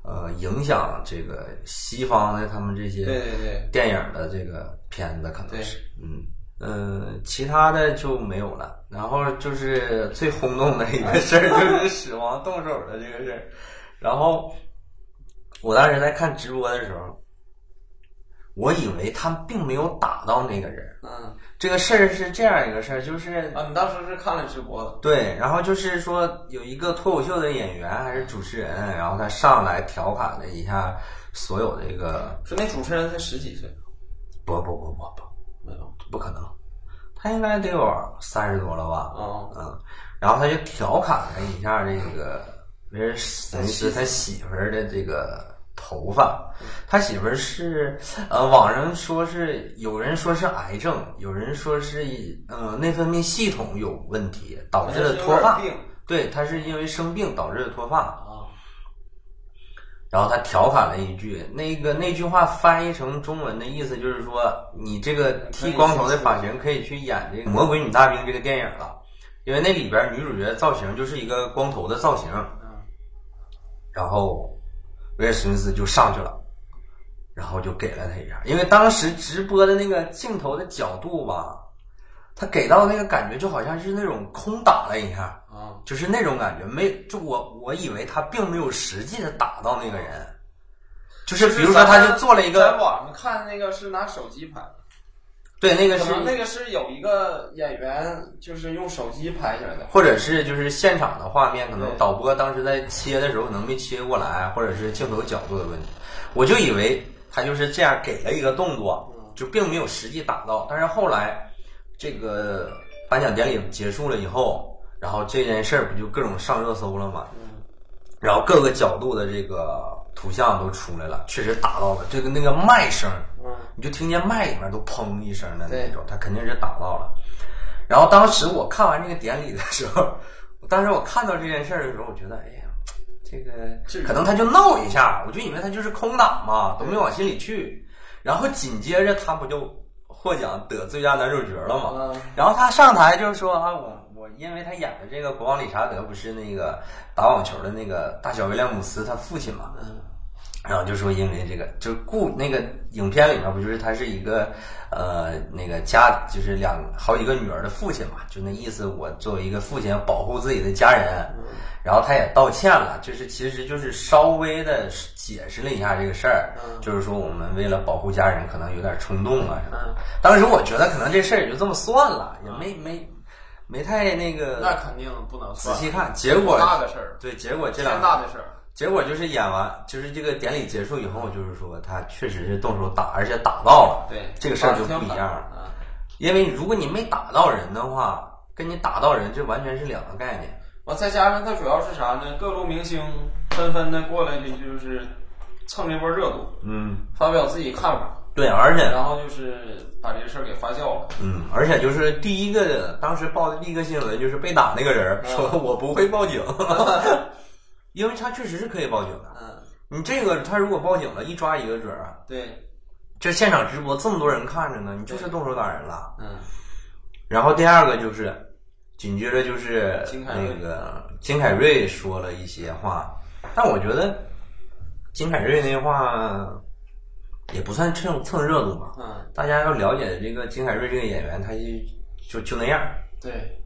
Speaker 1: 呃，影响这个西方的他们这些
Speaker 2: 对对对，
Speaker 1: 电影的这个片子，可能
Speaker 2: 对
Speaker 1: 是，嗯嗯，其他的就没有了。然后就是最轰动的一个事儿，就是死亡动手的这个事儿。然后我当时在看直播的时候，我以为他并没有打到那个人。
Speaker 2: 嗯
Speaker 1: 这个事儿是这样一个事儿，就是
Speaker 2: 啊，你当时是看了直播的，
Speaker 1: 对，然后就是说有一个脱口秀的演员还是主持人，然后他上来调侃了一下所有这个，
Speaker 2: 说那主持人才十几岁，
Speaker 1: 不不不不不，
Speaker 2: 没有
Speaker 1: 不可能，他应该得有三十多了吧？
Speaker 2: 啊，
Speaker 1: 嗯，然后他就调侃了一下这个威尔史是他媳妇儿的这个头发，他媳妇儿是呃，网上说是有人说是癌症，有人说是呃内分泌系统有问题导致了脱
Speaker 2: 好像
Speaker 1: 发
Speaker 2: 是有，点病
Speaker 1: 对，他是因为生病导致的脱发。
Speaker 2: 啊，
Speaker 1: 然后他调侃了一句，那个那句话翻译成中文的意思就是说，你这个剃光头的发型可以去演这个《魔鬼女大兵》这个电影了，因为那里边女主角造型就是一个光头的造型。
Speaker 2: 嗯
Speaker 1: 然后威尔史密斯就上去了，然后就给了他一下，因为当时直播的那个镜头的角度吧，他给到那个感觉就好像是那种空打了一下，
Speaker 2: 啊，
Speaker 1: 就是那种感觉，没就我我以为他并没有实际的打到那个人，就是比如说他就做了一
Speaker 2: 在
Speaker 1: 个
Speaker 2: 网上看那个是拿手机拍，
Speaker 1: 对那个
Speaker 2: 可
Speaker 1: 是，
Speaker 2: 能那个是有一个演员就是用手机拍下来的，
Speaker 1: 或者是就是现场的画面，可能
Speaker 2: 对
Speaker 1: 导播当时在切的时候可能没切过来，或者是镜头角度的问题，我就以为他就是这样给了一个动作，
Speaker 2: 嗯
Speaker 1: 就并没有实际打到。但是后来这个颁奖典礼结束了以后，然后这件事儿不就各种上热搜了吗？
Speaker 2: 嗯
Speaker 1: 然后各个角度的这个图像都出来了，确实打到了这个那个麦声，
Speaker 2: 嗯
Speaker 1: 你就听见麦里面都砰一声的那
Speaker 2: 对
Speaker 1: 种，他肯定是打到了。然后当时我看完这个典礼的时候，当时我看到这件事儿的时候，我觉得，哎呀，这
Speaker 2: 至于
Speaker 1: 个可能他就闹一下，我就以为他就是空打嘛，都没往心里去。然后紧接着他不就获奖得最佳男主角了吗？
Speaker 2: 嗯
Speaker 1: 然后他上台就说啊，我我因为他演的这个国王理查德不是那个打网球的那个大小威廉姆斯他父亲嘛，
Speaker 2: 嗯
Speaker 1: 然后就说因为这个就故那个影片里面不就是他是一个呃那个家就是两好几个女儿的父亲嘛，就那意思我作为一个父亲要保护自己的家人，
Speaker 2: 嗯
Speaker 1: 然后他也道歉了，就是其实就是稍微的解释了一下这个事儿，
Speaker 2: 嗯
Speaker 1: 就是说我们为了保护家人可能有点冲动啊什么的。
Speaker 2: 嗯，
Speaker 1: 当时我觉得可能这事儿也就这么算了，也没没没太那
Speaker 2: 那
Speaker 1: 个
Speaker 2: 肯定不能
Speaker 1: 仔
Speaker 2: 算，
Speaker 1: 细看。结果
Speaker 2: 大的事儿，
Speaker 1: 对，结果这
Speaker 2: 天
Speaker 1: 两
Speaker 2: 大的事儿，
Speaker 1: 结果就是演完，就是这个典礼结束以后，就是说他确实是动手打，而且打到了。
Speaker 2: 对，
Speaker 1: 这个事儿就不一样了，
Speaker 2: 嗯
Speaker 1: 因为如果你没打到人的话，跟你打到人这完全是两个概念。
Speaker 2: 我再加上它主要是啥呢？各路明星纷纷的过来，就是蹭这波热度，
Speaker 1: 嗯，
Speaker 2: 发表自己看法，
Speaker 1: 对，而且
Speaker 2: 然后就是把这个事儿给发酵了。
Speaker 1: 嗯，而且就是第一个当时报的第一个新闻就是被打那个人儿说我不会报警， 因为他确实是可以报警的。
Speaker 2: 嗯，
Speaker 1: 你这个他如果报警了，一抓一个准儿啊！
Speaker 2: 对，
Speaker 1: 这现场直播这么多人看着呢，你就是动手打人了。
Speaker 2: 嗯
Speaker 1: 然后第二个就是，紧接着就是
Speaker 2: 金凯瑞
Speaker 1: 那个金凯瑞说了一些话，但我觉得金凯瑞那话也不算蹭蹭热度吧。
Speaker 2: 嗯，
Speaker 1: 大家要了解这个金凯瑞这个演员，他就就就那样。
Speaker 2: 对，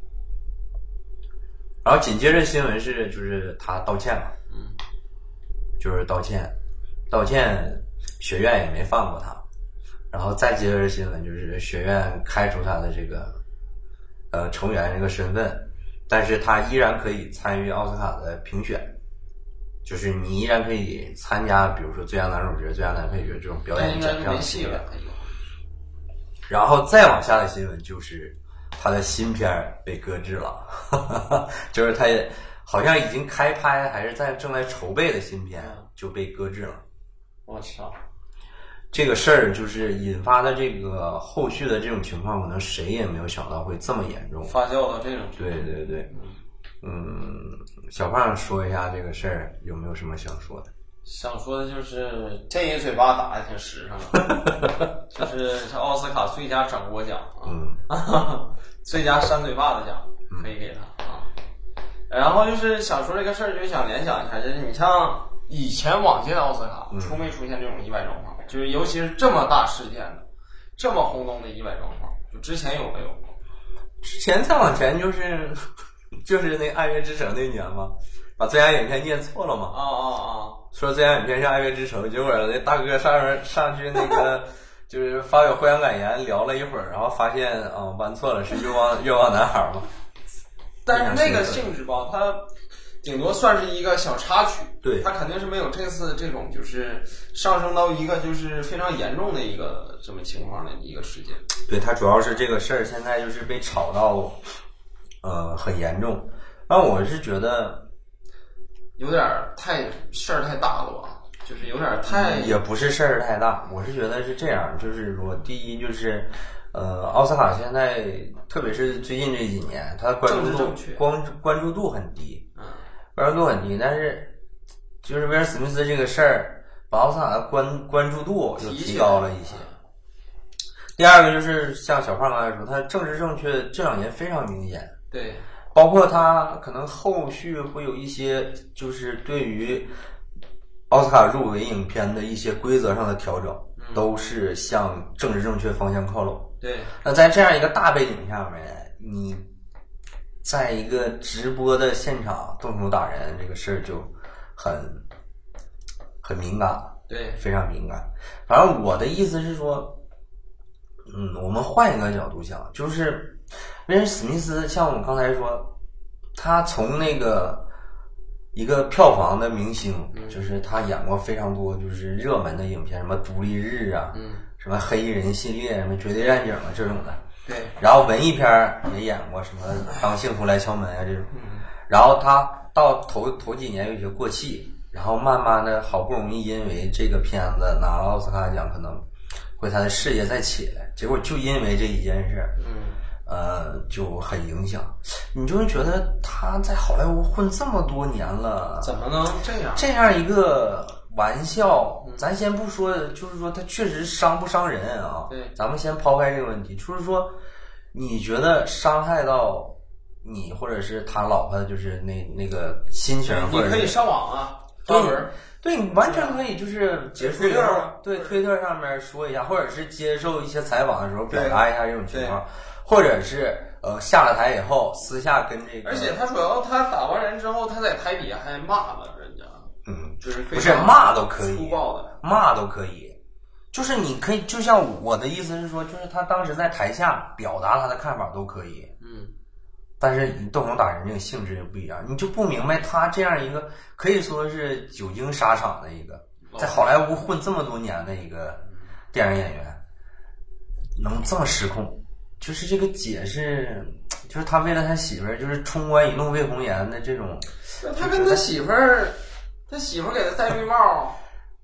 Speaker 1: 然后紧接着新闻是就是他道歉嘛，
Speaker 2: 嗯
Speaker 1: 就是道歉，道歉，学院也没放过他。然后再接着新闻就是学院开除他的这个呃成员这个身份，但是他依然可以参与奥斯卡的评选，就是你依然可以参加，比如说最佳男主角、最佳男配角这种表
Speaker 2: 但
Speaker 1: 演
Speaker 2: 应
Speaker 1: 奖
Speaker 2: 该是
Speaker 1: 项
Speaker 2: 没
Speaker 1: 的
Speaker 2: 戏
Speaker 1: 评选
Speaker 2: 了。。哎呦
Speaker 1: 然后再往下的新闻就是他的新片儿被搁置了， 就是他也好像已经开拍还是在正在筹备的新片就被搁置了。
Speaker 2: 我操！
Speaker 1: 这个事儿就是引发的这个后续的这种情况，可能谁也没有想到会这么严重。
Speaker 2: 发酵到这种程度。
Speaker 1: 对对对，嗯，小胖说一下这个事儿有没有什么想说的？
Speaker 2: 想说的就是这一嘴巴打的挺实诚的，就是是奥斯卡最佳掌掴奖
Speaker 1: 嗯
Speaker 2: 啊，最佳扇嘴巴子奖可以给他啊。然后就是想说这个事儿，就想联想一下，就是你像以前往届奥斯卡出没出现这种意外状况，就是尤其是这么大事件的、这么轰动的意外状况，就之前有没有？
Speaker 1: 之前再往前就是就是那《爱乐之城》那年嘛，把最佳影片念错了嘛。
Speaker 2: 啊啊啊！
Speaker 1: 说最佳影片是《爱乐之城》，结果那大哥上面上去那个就是发表获奖感言，聊了一会儿，然后发现啊、玩错了，是《愿望愿望男孩》嘛。
Speaker 2: 但是那个性质吧，它顶多算是一个小插曲，
Speaker 1: 对
Speaker 2: 它肯定是没有这次这种就是上升到一个就是非常严重的一个这么情况的一个事件。
Speaker 1: 对，它主要是这个事儿，现在就是被炒到呃很严重。但我是觉得
Speaker 2: 有点儿太事儿太大了吧，就是有点儿太
Speaker 1: 也不是事儿太大，我是觉得是这样，就是我第一就是。呃，奥斯卡现在，特别是最近这几年，它关注
Speaker 2: 政治
Speaker 1: 度
Speaker 2: 正确
Speaker 1: 关关注度很低，
Speaker 2: 嗯
Speaker 1: 关注度很低，但是就是威尔史密斯这个事儿，把奥斯卡的关关注度又提高了一些。第二个就是像小胖刚才说，他政治正确这两年非常明显，
Speaker 2: 对
Speaker 1: 包括他可能后续会有一些就是对于奥斯卡入围影片的一些规则上的调整，都是向政治正确方向靠拢。
Speaker 2: 对
Speaker 1: 那在这样一个大背景下面，你在一个直播的现场动手打人这个事儿就很很敏感，
Speaker 2: 对，
Speaker 1: 非常敏感。反正我的意思是说，嗯，我们换一个角度想，就是威尔史密斯，像我刚才说，他从那个一个票房的明星，就是他演过非常多就是热门的影片，什么《独立日》啊，
Speaker 2: 嗯
Speaker 1: 什么黑衣人系列、什么绝地战警啊这种的，
Speaker 2: 对
Speaker 1: 然后文艺片儿也演过什么《当幸福来敲门》啊这种，
Speaker 2: 嗯
Speaker 1: 然后他到头头几年有些过气，然后慢慢的好不容易因为这个片子拿了奥斯卡奖，可能会他的事业再起来，结果就因为这一件事儿，
Speaker 2: 嗯
Speaker 1: 呃，就很影响，你就会觉得他在好莱坞混这么多年了，
Speaker 2: 怎么能这样？
Speaker 1: 这样一个玩笑，咱先不说，就是说它确实伤不伤人啊？
Speaker 2: 对
Speaker 1: 咱们先抛开这个问题，就是说，你觉得伤害到你或者是他老婆，就是那那个心情，
Speaker 2: 你
Speaker 1: 或者
Speaker 2: 可以
Speaker 1: 是
Speaker 2: 上网啊，发
Speaker 1: 对
Speaker 2: 文儿，
Speaker 1: 对你完全可以就是结束以
Speaker 2: 推特
Speaker 1: 后
Speaker 2: 啊，
Speaker 1: 对
Speaker 2: 或者
Speaker 1: 推特上面说一下，或者是接受一些采访的时候表
Speaker 2: 对
Speaker 1: 达一下这种情况，或者是呃下了台以后私下跟这个，
Speaker 2: 而且他主要他打完人之后，他在台底下还骂了人家，
Speaker 1: 嗯，
Speaker 2: 就是非
Speaker 1: 不是
Speaker 2: 常
Speaker 1: 骂都可以，
Speaker 2: 粗暴的。
Speaker 1: 骂都可以，就是你可以，就像我的意思是说，就是他当时在台下表达他的看法都可以，
Speaker 2: 嗯，
Speaker 1: 但是你动手打人这个性质就不一样，你就不明白他这样一个可以说是久经沙场的一个，
Speaker 2: 哦
Speaker 1: 在好莱坞混这么多年的一个电影演员，能这么失控，就是这个解释，就是他为了他媳妇儿，就是冲冠一怒为红颜的这种，
Speaker 2: 那他跟他媳妇儿，他媳妇儿给他戴绿帽，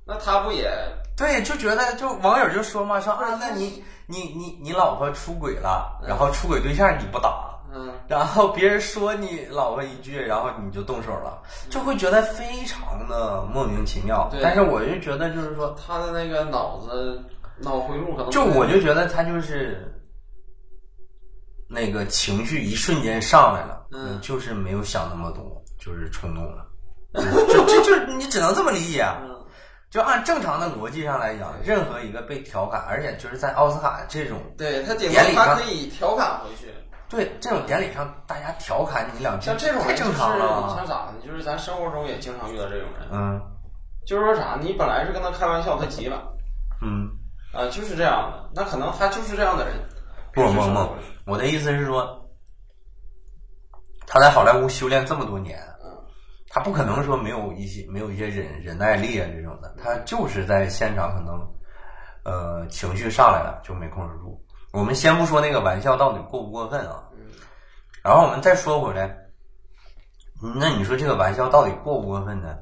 Speaker 2: 那他不也
Speaker 1: 对，就觉得就网友就说嘛，说啊，那你你你你老婆出轨了，然后出轨对象你不打，
Speaker 2: 嗯？
Speaker 1: 然后别人说你老婆一句，然后你就动手了，就会觉得非常的莫名其妙
Speaker 2: 对。
Speaker 1: 但是我就觉得就是说，
Speaker 2: 他的那个脑子脑回路可能
Speaker 1: 就我就觉得他就是那个情绪一瞬间上来了，
Speaker 2: 嗯
Speaker 1: 你就是没有想那么多，就是冲动了， 就这就你只能这么理解啊。
Speaker 2: 嗯
Speaker 1: 就按正常的逻辑上来讲，任何一个被调侃，而且就是在奥斯卡这种
Speaker 2: 对他顶多
Speaker 1: 典礼
Speaker 2: 他
Speaker 1: 上
Speaker 2: 可以调侃回去，
Speaker 1: 对这种典礼上，大家调侃你两句，
Speaker 2: 像这种
Speaker 1: 太
Speaker 2: 人就是
Speaker 1: 正常了
Speaker 2: 你像
Speaker 1: 啊。
Speaker 2: 咋的？就是咱生活中也经常遇到这种人，
Speaker 1: 嗯
Speaker 2: 就是说啥？你本来是跟他开玩笑，他急了
Speaker 1: 嗯，
Speaker 2: 啊、就是这样的。那可能他就是这样的人。
Speaker 1: 不不
Speaker 2: 就是这
Speaker 1: 不
Speaker 2: 种人，
Speaker 1: 我的意思是说，他在好莱坞修炼这么多年，
Speaker 2: 嗯
Speaker 1: 他不可能说没有一些没有一些忍忍耐力啊这种的，他就是在现场可能，呃，情绪上来了就没控制住。我们先不说那个玩笑到底过不过分啊，
Speaker 2: 嗯
Speaker 1: 然后我们再说回来，那你说这个玩笑到底过不过分呢？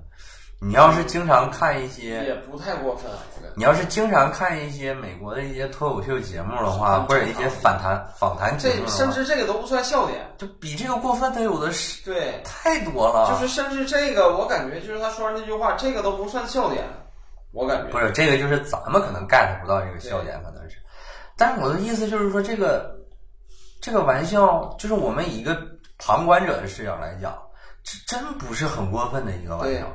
Speaker 1: 你要是经常看一
Speaker 2: 嗯也
Speaker 1: 些，
Speaker 2: 不太过分，我感觉
Speaker 1: 你要是经常看一些美国的一些脱口秀节目的
Speaker 2: 啊
Speaker 1: 话，或者一些反弹访谈节目
Speaker 2: 这
Speaker 1: 的
Speaker 2: 甚
Speaker 1: 话，
Speaker 2: 至这个都不算笑点，
Speaker 1: 就比这个过分的有的是
Speaker 2: 对，
Speaker 1: 太多了。
Speaker 2: 就是甚至这个我感觉就是他说的那句话，这个都不算笑点，我感觉
Speaker 1: 不是这个，就是咱们可能 get 不到这个笑点，可能是。但是我的意思就是说，这个这个玩笑，就是我们以一个旁观者的视角来讲，这真不是很过分的一个玩
Speaker 2: 对
Speaker 1: 笑。，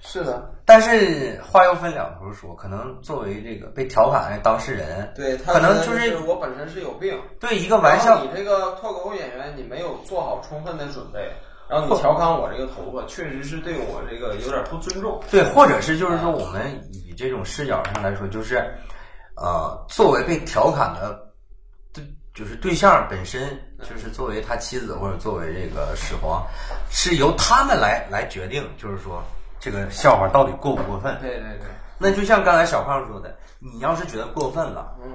Speaker 2: 是的，
Speaker 1: 但是话又分两头说，可能作为这个被调侃的当事人，
Speaker 2: 对他
Speaker 1: 可能
Speaker 2: 就
Speaker 1: 就是
Speaker 2: 我本身是有病，
Speaker 1: 对一个玩笑
Speaker 2: 然后你这个脱口秀演员，你没有做好充分的准备，然后你调侃我这个头发，确实是对我这个有点不尊重。
Speaker 1: 对，或者是就是说，我们以这种视角上来说，就是，呃，作为被调侃的对，就是对象本身，就是作为他妻子或者作为这个始皇，是由他们来来决定，就是说这个笑话到底过不过分。
Speaker 2: 对对对，
Speaker 1: 那就像刚才小胖说的，你要是觉得过分了，
Speaker 2: 嗯，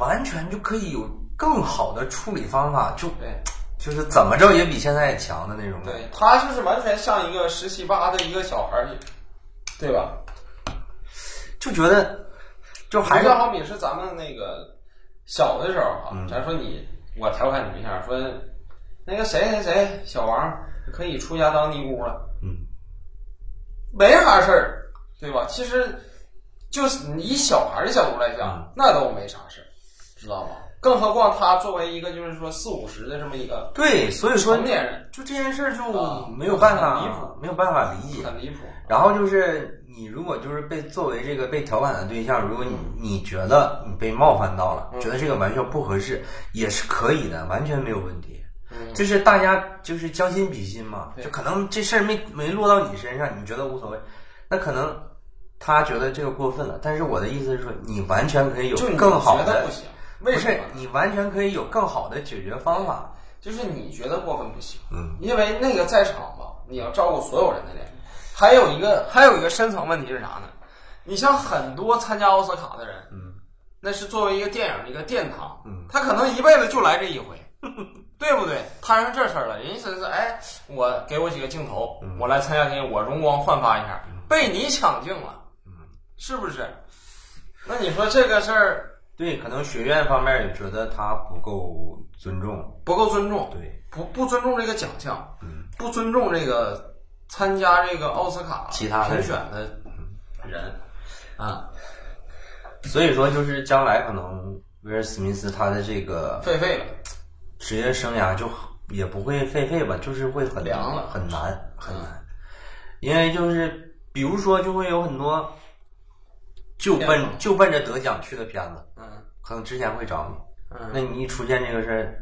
Speaker 1: 完全就可以有更好的处理方法，就
Speaker 2: 对
Speaker 1: 就是怎么着也比现在强的那种感觉。
Speaker 2: 对，他就是完全像一个十七八的一个小孩儿，对吧？
Speaker 1: 就觉得就还是
Speaker 2: 就好比是咱们那个小的时候啊，
Speaker 1: 嗯
Speaker 2: 咱说你我调侃你对象说，那个谁谁谁小王可以出家当尼姑了。
Speaker 1: 嗯，
Speaker 2: 没啥事儿，对吧？其实就是你以小孩儿的角度来讲
Speaker 1: 嗯，
Speaker 2: 那都没啥事儿，知道吗？更何况他作为一个就是说四五十的这么一个
Speaker 1: 对，所以说
Speaker 2: 成年人，
Speaker 1: 就这件事儿就
Speaker 2: 啊
Speaker 1: 没有办
Speaker 2: 很离
Speaker 1: 法
Speaker 2: 谱，
Speaker 1: 没有办法理解。
Speaker 2: 很离谱。
Speaker 1: 然后就是你如果就是被作为这个被调侃的对象，如果
Speaker 2: 嗯
Speaker 1: 你你觉得你被冒犯到了，觉得这个玩笑不合适，也是可以的，完全没有问题。
Speaker 2: 嗯
Speaker 1: 就是大家就是将心比心嘛，
Speaker 2: 对
Speaker 1: 就可能这事儿没没落到你身上，你觉得无所谓，那可能他觉得这个过分了。但是我的意思是说，你完全可以有
Speaker 2: 就你
Speaker 1: 更好
Speaker 2: 觉得
Speaker 1: 的
Speaker 2: 不，行，
Speaker 1: 不
Speaker 2: 为什
Speaker 1: 是
Speaker 2: 么？
Speaker 1: 你完全可以有更好的解决方法。
Speaker 2: 就是你觉得过分不行，
Speaker 1: 嗯，
Speaker 2: 因为那个在场吧，你要照顾所有人的脸。还有一个，还有一个深层问题是啥呢？你像很多参加奥斯卡的人，
Speaker 1: 嗯，
Speaker 2: 那是作为一个电影的一个殿堂，
Speaker 1: 嗯，
Speaker 2: 他可能一辈子就来这一 回，对不对？摊上这事儿了，人家真是哎，我给我几个镜头，
Speaker 1: 嗯
Speaker 2: 我来参加这个，我容光焕发一下，被你抢镜了，
Speaker 1: 嗯
Speaker 2: 是不是？那你说这个事儿
Speaker 1: 对，可能学院方面也觉得他不够尊重，
Speaker 2: 不够尊重，
Speaker 1: 对，
Speaker 2: 不不尊重这个奖项，
Speaker 1: 嗯
Speaker 2: 不尊重这个参加这个奥斯卡
Speaker 1: 其他的嗯
Speaker 2: 评选的人啊，
Speaker 1: 所以说就是将来可能威尔史密斯他的这个
Speaker 2: 废废了，
Speaker 1: 职业生涯就很也不会废废吧，就是会很
Speaker 2: 凉了
Speaker 1: 很难很难，因为就是比如说就会有很多就
Speaker 2: 变
Speaker 1: 奔
Speaker 2: 种
Speaker 1: 就奔着得奖去的片子，
Speaker 2: 嗯
Speaker 1: 可能之前会找你，那
Speaker 2: 嗯
Speaker 1: 你一出现这个事儿，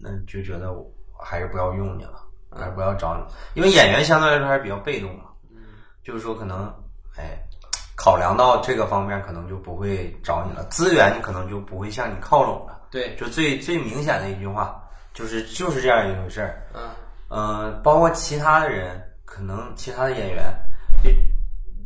Speaker 1: 那就觉得我还是不要用你了，还是不要找你，因为演员相对来说还是比较被动嘛，就是说可能哎，考量到这个方面，可能就不会找你了，资源可能就不会向你靠拢了。
Speaker 2: 对，
Speaker 1: 就最最明显的一句话，就是就是这样一回事儿。
Speaker 2: 嗯
Speaker 1: 嗯、包括其他的人，可能其他的演员，就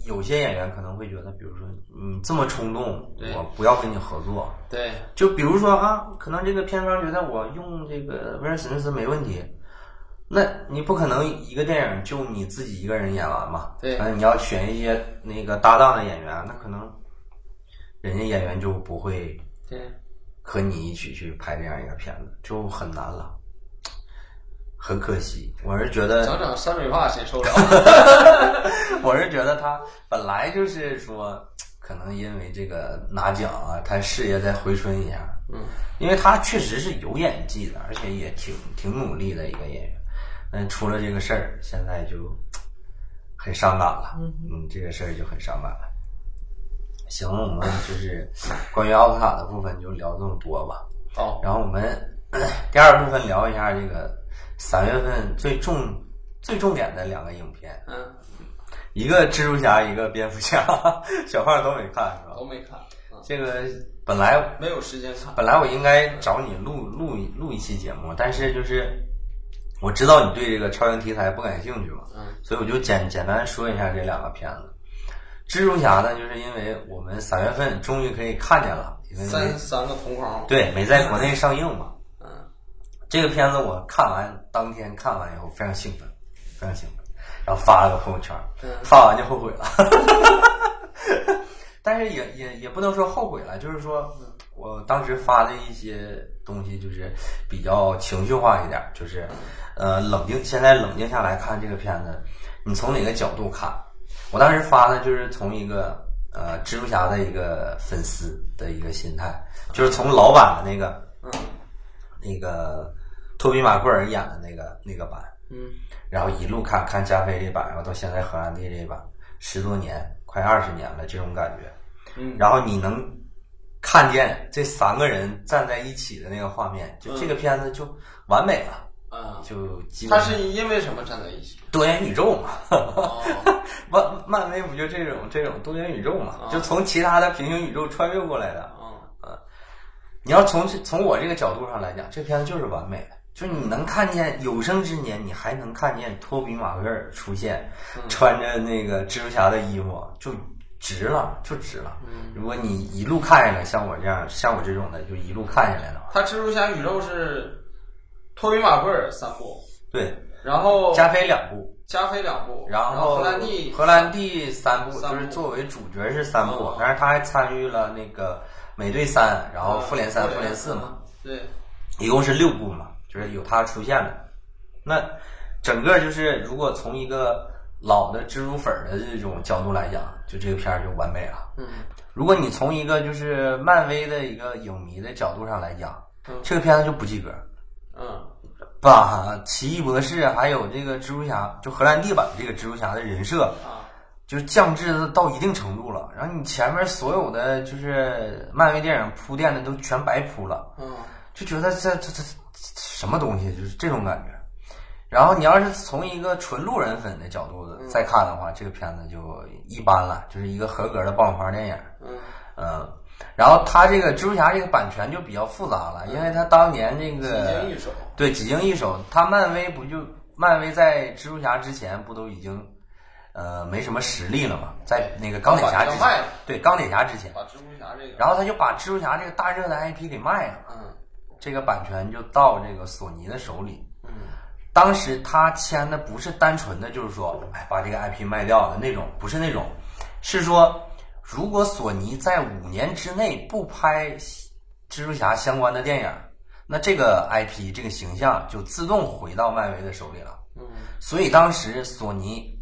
Speaker 1: 有些演员可能会觉得，比如说你这么冲动，
Speaker 2: 对
Speaker 1: 我不要跟你合作。
Speaker 2: 对，
Speaker 1: 就比如说啊，可能这个片方觉得我用这个威尔史密斯没问题，那你不可能一个电影就你自己一个人演完嘛？
Speaker 2: 对
Speaker 1: 嗯，你要选一些那个搭档的演员，那可能人家演员就不会
Speaker 2: 对，
Speaker 1: 嗯和你一起去拍这样一个片子，就很难了，很可惜。我是觉得，
Speaker 2: 整整三水发谁受 得了？
Speaker 1: 我是觉得他本来就是说，可能因为这个拿奖啊，他事业再回春一下。
Speaker 2: 嗯，
Speaker 1: 因为他确实是有演技的，而且也挺挺努力的一个演员。但出了这个事儿，现在就很伤感了。嗯，这个事儿就很伤感了。行，我们就是关于奥斯卡的部分就聊这么多吧。
Speaker 2: 哦，
Speaker 1: 然后我们呃第二部分聊一下这个三月份最重最重点的两个影片，
Speaker 2: 嗯，
Speaker 1: 一个蜘蛛侠，一个蝙蝠侠，小胖都没看是吧？
Speaker 2: 都没看，嗯
Speaker 1: 这个本来
Speaker 2: 没有时间看。
Speaker 1: 本来我应该找你录录一录一期节目，但是就是我知道你对这个超英题材不感兴趣嘛，
Speaker 2: 嗯，
Speaker 1: 所以我就简简单说一下这两个片子。蜘蛛侠呢，就是因为我们三月份终于可以看见了，因为没
Speaker 2: 三三个同框，
Speaker 1: 对没在国内上映嘛。
Speaker 2: 嗯，
Speaker 1: 这个片子我看完当天看完以后非常兴奋，非常兴奋，然后发了个朋友圈，
Speaker 2: 嗯
Speaker 1: 发完就后悔了， 但是也也也不能说后悔了，就是说我当时发的一些东西就是比较情绪化一点，就是呃冷静，现在冷静下来看这个片子，你从哪个角度看？我当时发的就是从一个呃蜘蛛侠的一个粉丝的一个心态，就是从老版的那个。
Speaker 2: 嗯
Speaker 1: 那个托比马奎尔演的那个那个版，
Speaker 2: 嗯
Speaker 1: 然后一路看看加菲这版，然后到现在荷兰弟这版，十多年，快二十年了，这种感觉。
Speaker 2: 嗯，
Speaker 1: 然后你能看见这三个人站在一起的那个画面，就这个片子就完美了，
Speaker 2: 啊，
Speaker 1: 就基本
Speaker 2: 他
Speaker 1: 上
Speaker 2: 是因为什么站在一起？
Speaker 1: 多元宇宙嘛。
Speaker 2: 哦，
Speaker 1: 漫漫威不就这种这种多元宇宙嘛，就从其他的平行宇宙穿越过来的。
Speaker 2: 哦，
Speaker 1: 你要从这从我这个角度上来讲，这片子就是完美的，就是你能看见有生之年，你还能看见托比马奎尔出现，
Speaker 2: 嗯
Speaker 1: 穿着那个蜘蛛侠的衣服，就值了，就值了。
Speaker 2: 嗯
Speaker 1: 如果你一路看下来，像我这样，像我这种的，就一路看下来的话，
Speaker 2: 他蜘蛛侠宇宙是托比马奎尔三部，
Speaker 1: 对，
Speaker 2: 然后
Speaker 1: 加菲两部，
Speaker 2: 加菲两部，
Speaker 1: 然
Speaker 2: 后荷兰弟
Speaker 1: 荷兰弟三部，
Speaker 2: 三
Speaker 1: 就
Speaker 2: 部
Speaker 1: 是作为主角是三部
Speaker 2: 哦，
Speaker 1: 但是他还参与了那个美队三，然
Speaker 2: 嗯
Speaker 1: 后复联三、复联四嘛。，
Speaker 2: 对，
Speaker 1: 一共是六部嘛，就是有他出现的。那整个就是，如果从一个老的蜘蛛粉儿的这种角度来讲，就这个片儿就完美了。
Speaker 2: 嗯
Speaker 1: 如果你从一个就是漫威的一个影迷的角度上来讲
Speaker 2: 嗯，
Speaker 1: 这个片子就不及格。
Speaker 2: 嗯
Speaker 1: 把奇异博士还有这个蜘蛛侠，就荷兰弟版这个蜘蛛侠的人设，
Speaker 2: 啊
Speaker 1: 就是降至到一定程度了。然后你前面所有的就是漫威电影铺垫的都全白铺了。
Speaker 2: 嗯
Speaker 1: 就觉得这这这什么东西，就是这种感觉。然后你要是从一个纯路人粉的角度再看的话，这个片子就一般了，就是一个合格的爆米花电影。
Speaker 2: 嗯
Speaker 1: 嗯，然后他这个蜘蛛侠这个版权就比较复杂了，因为他当年这
Speaker 2: 几
Speaker 1: 个
Speaker 2: 经一手，
Speaker 1: 对几经易手，他漫威不就漫威在蜘蛛侠之前不都已经呃没什么实力了嘛，在那个钢铁侠之
Speaker 2: 把这个卖
Speaker 1: 前
Speaker 2: 了，
Speaker 1: 对钢铁侠之前，
Speaker 2: 把蜘蛛侠这个，
Speaker 1: 然后他就把蜘蛛侠这个大热的 IP 给卖了。
Speaker 2: 嗯
Speaker 1: 这个版权就到这个索尼的手里。
Speaker 2: 嗯
Speaker 1: 当时他签的不是单纯的，就是说，哎，把这个 IP 卖掉的那种，不是那种，是说，如果索尼在五年之内不拍蜘蛛侠相关的电影，那这个 IP 这个形象就自动回到漫威的手里了。
Speaker 2: 嗯
Speaker 1: 所以当时索尼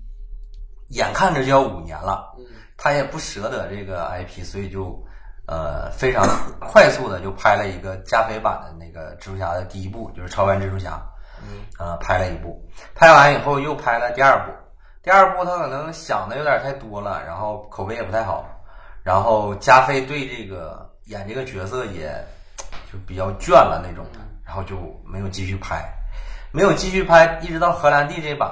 Speaker 1: 眼看着就要五年了，
Speaker 2: 嗯
Speaker 1: 他也不舍得这个 IP，所以就呃非常快速的就拍了一个加菲版的那个蜘蛛侠的第一部，就是超凡蜘蛛侠，
Speaker 2: 嗯
Speaker 1: 呃拍了一部，拍完以后又拍了第二部，第二部他可能想的有点太多了，然后口碑也不太好，然后加菲对这个演这个角色也就比较倦了那种的，然后就没有继续拍，没有继续拍，一直到荷兰弟这版，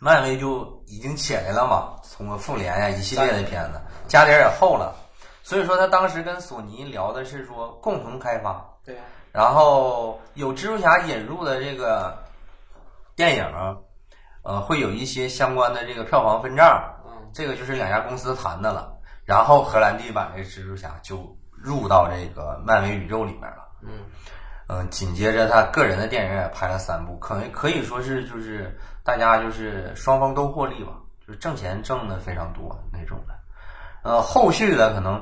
Speaker 1: 漫威就已经起来了嘛，通过复联呀、一系列的片子，家底儿也厚了，所以说他当时跟索尼聊的是说共同开发，
Speaker 2: 对啊呀，
Speaker 1: 然后有蜘蛛侠引入的这个电影儿，呃，会有一些相关的这个票房分账，
Speaker 2: 嗯
Speaker 1: 这个就是两家公司谈的了。然后荷兰弟版这蜘蛛侠就入到这个漫威宇宙里面了。
Speaker 2: 嗯
Speaker 1: 嗯、紧接着他个人的电影也拍了三部，可能可以说是就是大家就是双方都获利吧，就是挣钱挣的非常多那种的。呃，后续的可能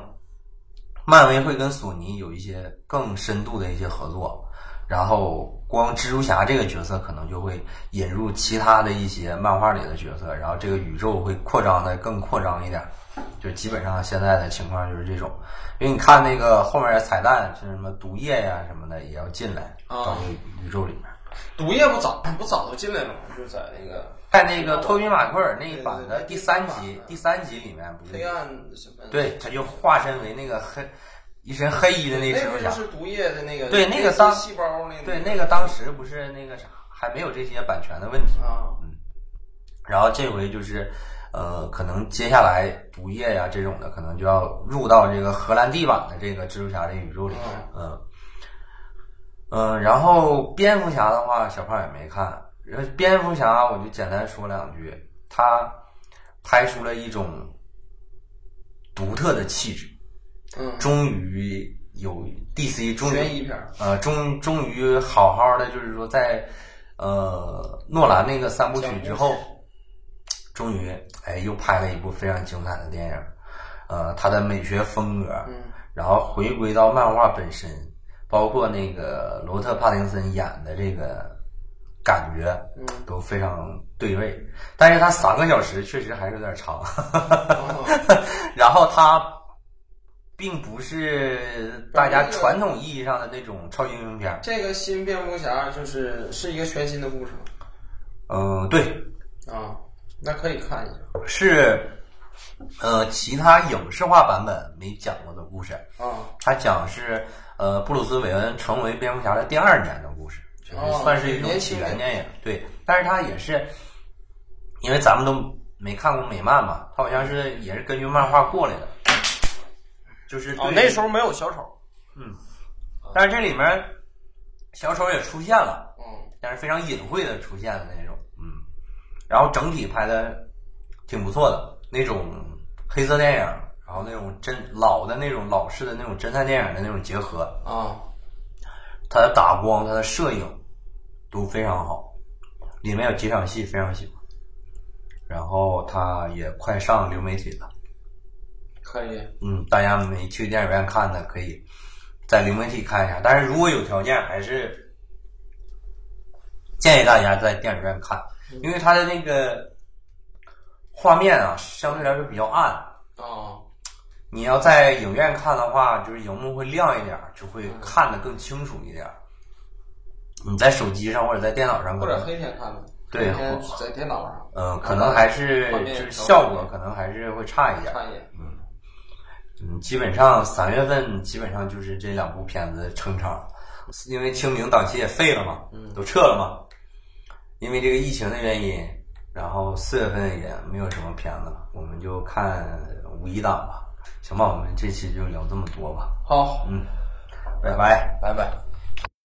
Speaker 1: 漫威会跟索尼有一些更深度的一些合作，然后光蜘蛛侠这个角色可能就会引入其他的一些漫画里的角色，然后这个宇宙会扩张的更扩张一点。就基本上现在的情况就是这种，因为你看那个后面的彩蛋，像什么毒液呀、什么的也要进来
Speaker 2: 啊
Speaker 1: 到这个宇宙里面。
Speaker 2: 毒液不早不早就进来了吗？就在那个
Speaker 1: 在那个托比马奎尔那一版的第三集，第三集里面不
Speaker 2: 黑
Speaker 1: 是
Speaker 2: 暗什么，，
Speaker 1: 对他就化身为那个黑一身黑衣的那蜘
Speaker 2: 那
Speaker 1: 蛛
Speaker 2: 不
Speaker 1: 侠
Speaker 2: 就，是毒液的那个
Speaker 1: 对那个当
Speaker 2: 细胞那
Speaker 1: 对，那个当时不是那个啥，还没有这些版权的问题。
Speaker 2: 啊
Speaker 1: 然后这回就是，呃，可能接下来毒液呀、这种的，可能就要入到这个荷兰弟版的这个蜘蛛侠这宇宙里面。嗯，嗯，然后蝙蝠侠的话，小胖也没看。然后蝙蝠侠，我就简单说两句，他拍出了一种独特的气质，
Speaker 2: 嗯，
Speaker 1: 终于有 DC 终于
Speaker 2: 悬疑片儿，
Speaker 1: 呃，终终于好好的，就是说在呃诺兰那个三部曲之后，终于哎又拍了一部非常精彩的电影，呃，他的美学风格，
Speaker 2: 嗯
Speaker 1: 然后回归到漫画本身，包括那个罗特·帕丁森演的这个感觉
Speaker 2: 嗯，
Speaker 1: 都非常对位，但是他三个小时确实还是有点长。
Speaker 2: 哦
Speaker 1: 然后它并不是大家传统意义上的那种超级英雄片儿。
Speaker 2: 这个新蝙蝠侠就是是一个全新的故事
Speaker 1: 嗯、对，
Speaker 2: 啊，那可以看一下
Speaker 1: 是呃其他影视化版本没讲过的故事。
Speaker 2: 啊，
Speaker 1: 它讲是呃布鲁斯韦恩成为蝙蝠侠的第二年的故事，就是
Speaker 2: 哦
Speaker 1: 算是一种
Speaker 2: 年
Speaker 1: 起
Speaker 2: 轻
Speaker 1: 源
Speaker 2: 人
Speaker 1: 电影。对，但是它也是因为咱们都没看过美漫嘛，它好像是也是根据漫画过来的。就是对于、
Speaker 2: 哦候没有小丑，
Speaker 1: 但是这里面小丑也出现了，
Speaker 2: 嗯
Speaker 1: 但是非常隐晦的出现的那种，嗯，然后整体拍的挺不错的，那种黑色电影，然后那种真老的那种老式的那种侦探电影的那种结合，
Speaker 2: 啊，
Speaker 1: 它的打光、它的摄影都非常好，里面有几场戏非常喜欢，然后它也快上流媒体了，
Speaker 2: 可以，
Speaker 1: 嗯，大家没去电影院看的可以在流媒体看一下，但是如果有条件，还是建议大家在电影院看，因为它的那个画面啊，相对来说比较暗。
Speaker 2: 啊，
Speaker 1: 你要在影院看的话，就是荧幕会亮一点儿，就会看得更清楚一点儿。你在手机上或者在电脑上，
Speaker 2: 嗯或
Speaker 1: 可
Speaker 2: 者
Speaker 1: 能
Speaker 2: 黑天看的，
Speaker 1: 对
Speaker 2: 黑天在电脑上
Speaker 1: 嗯，可能还是
Speaker 2: 画面
Speaker 1: 就是
Speaker 2: 调
Speaker 1: 效
Speaker 2: 整
Speaker 1: 果可能还是会差一点儿。
Speaker 2: 看一眼，
Speaker 1: 嗯，基本上三月份基本上就是这两部片子撑场，因为清明档期也废了嘛，都撤了嘛。因为这个疫情的原因，然后四月份也没有什么片子了，我们就看五一档吧。行吧，我们这期就聊这么多吧，
Speaker 2: 好，
Speaker 1: 拜拜。
Speaker 2: 拜拜。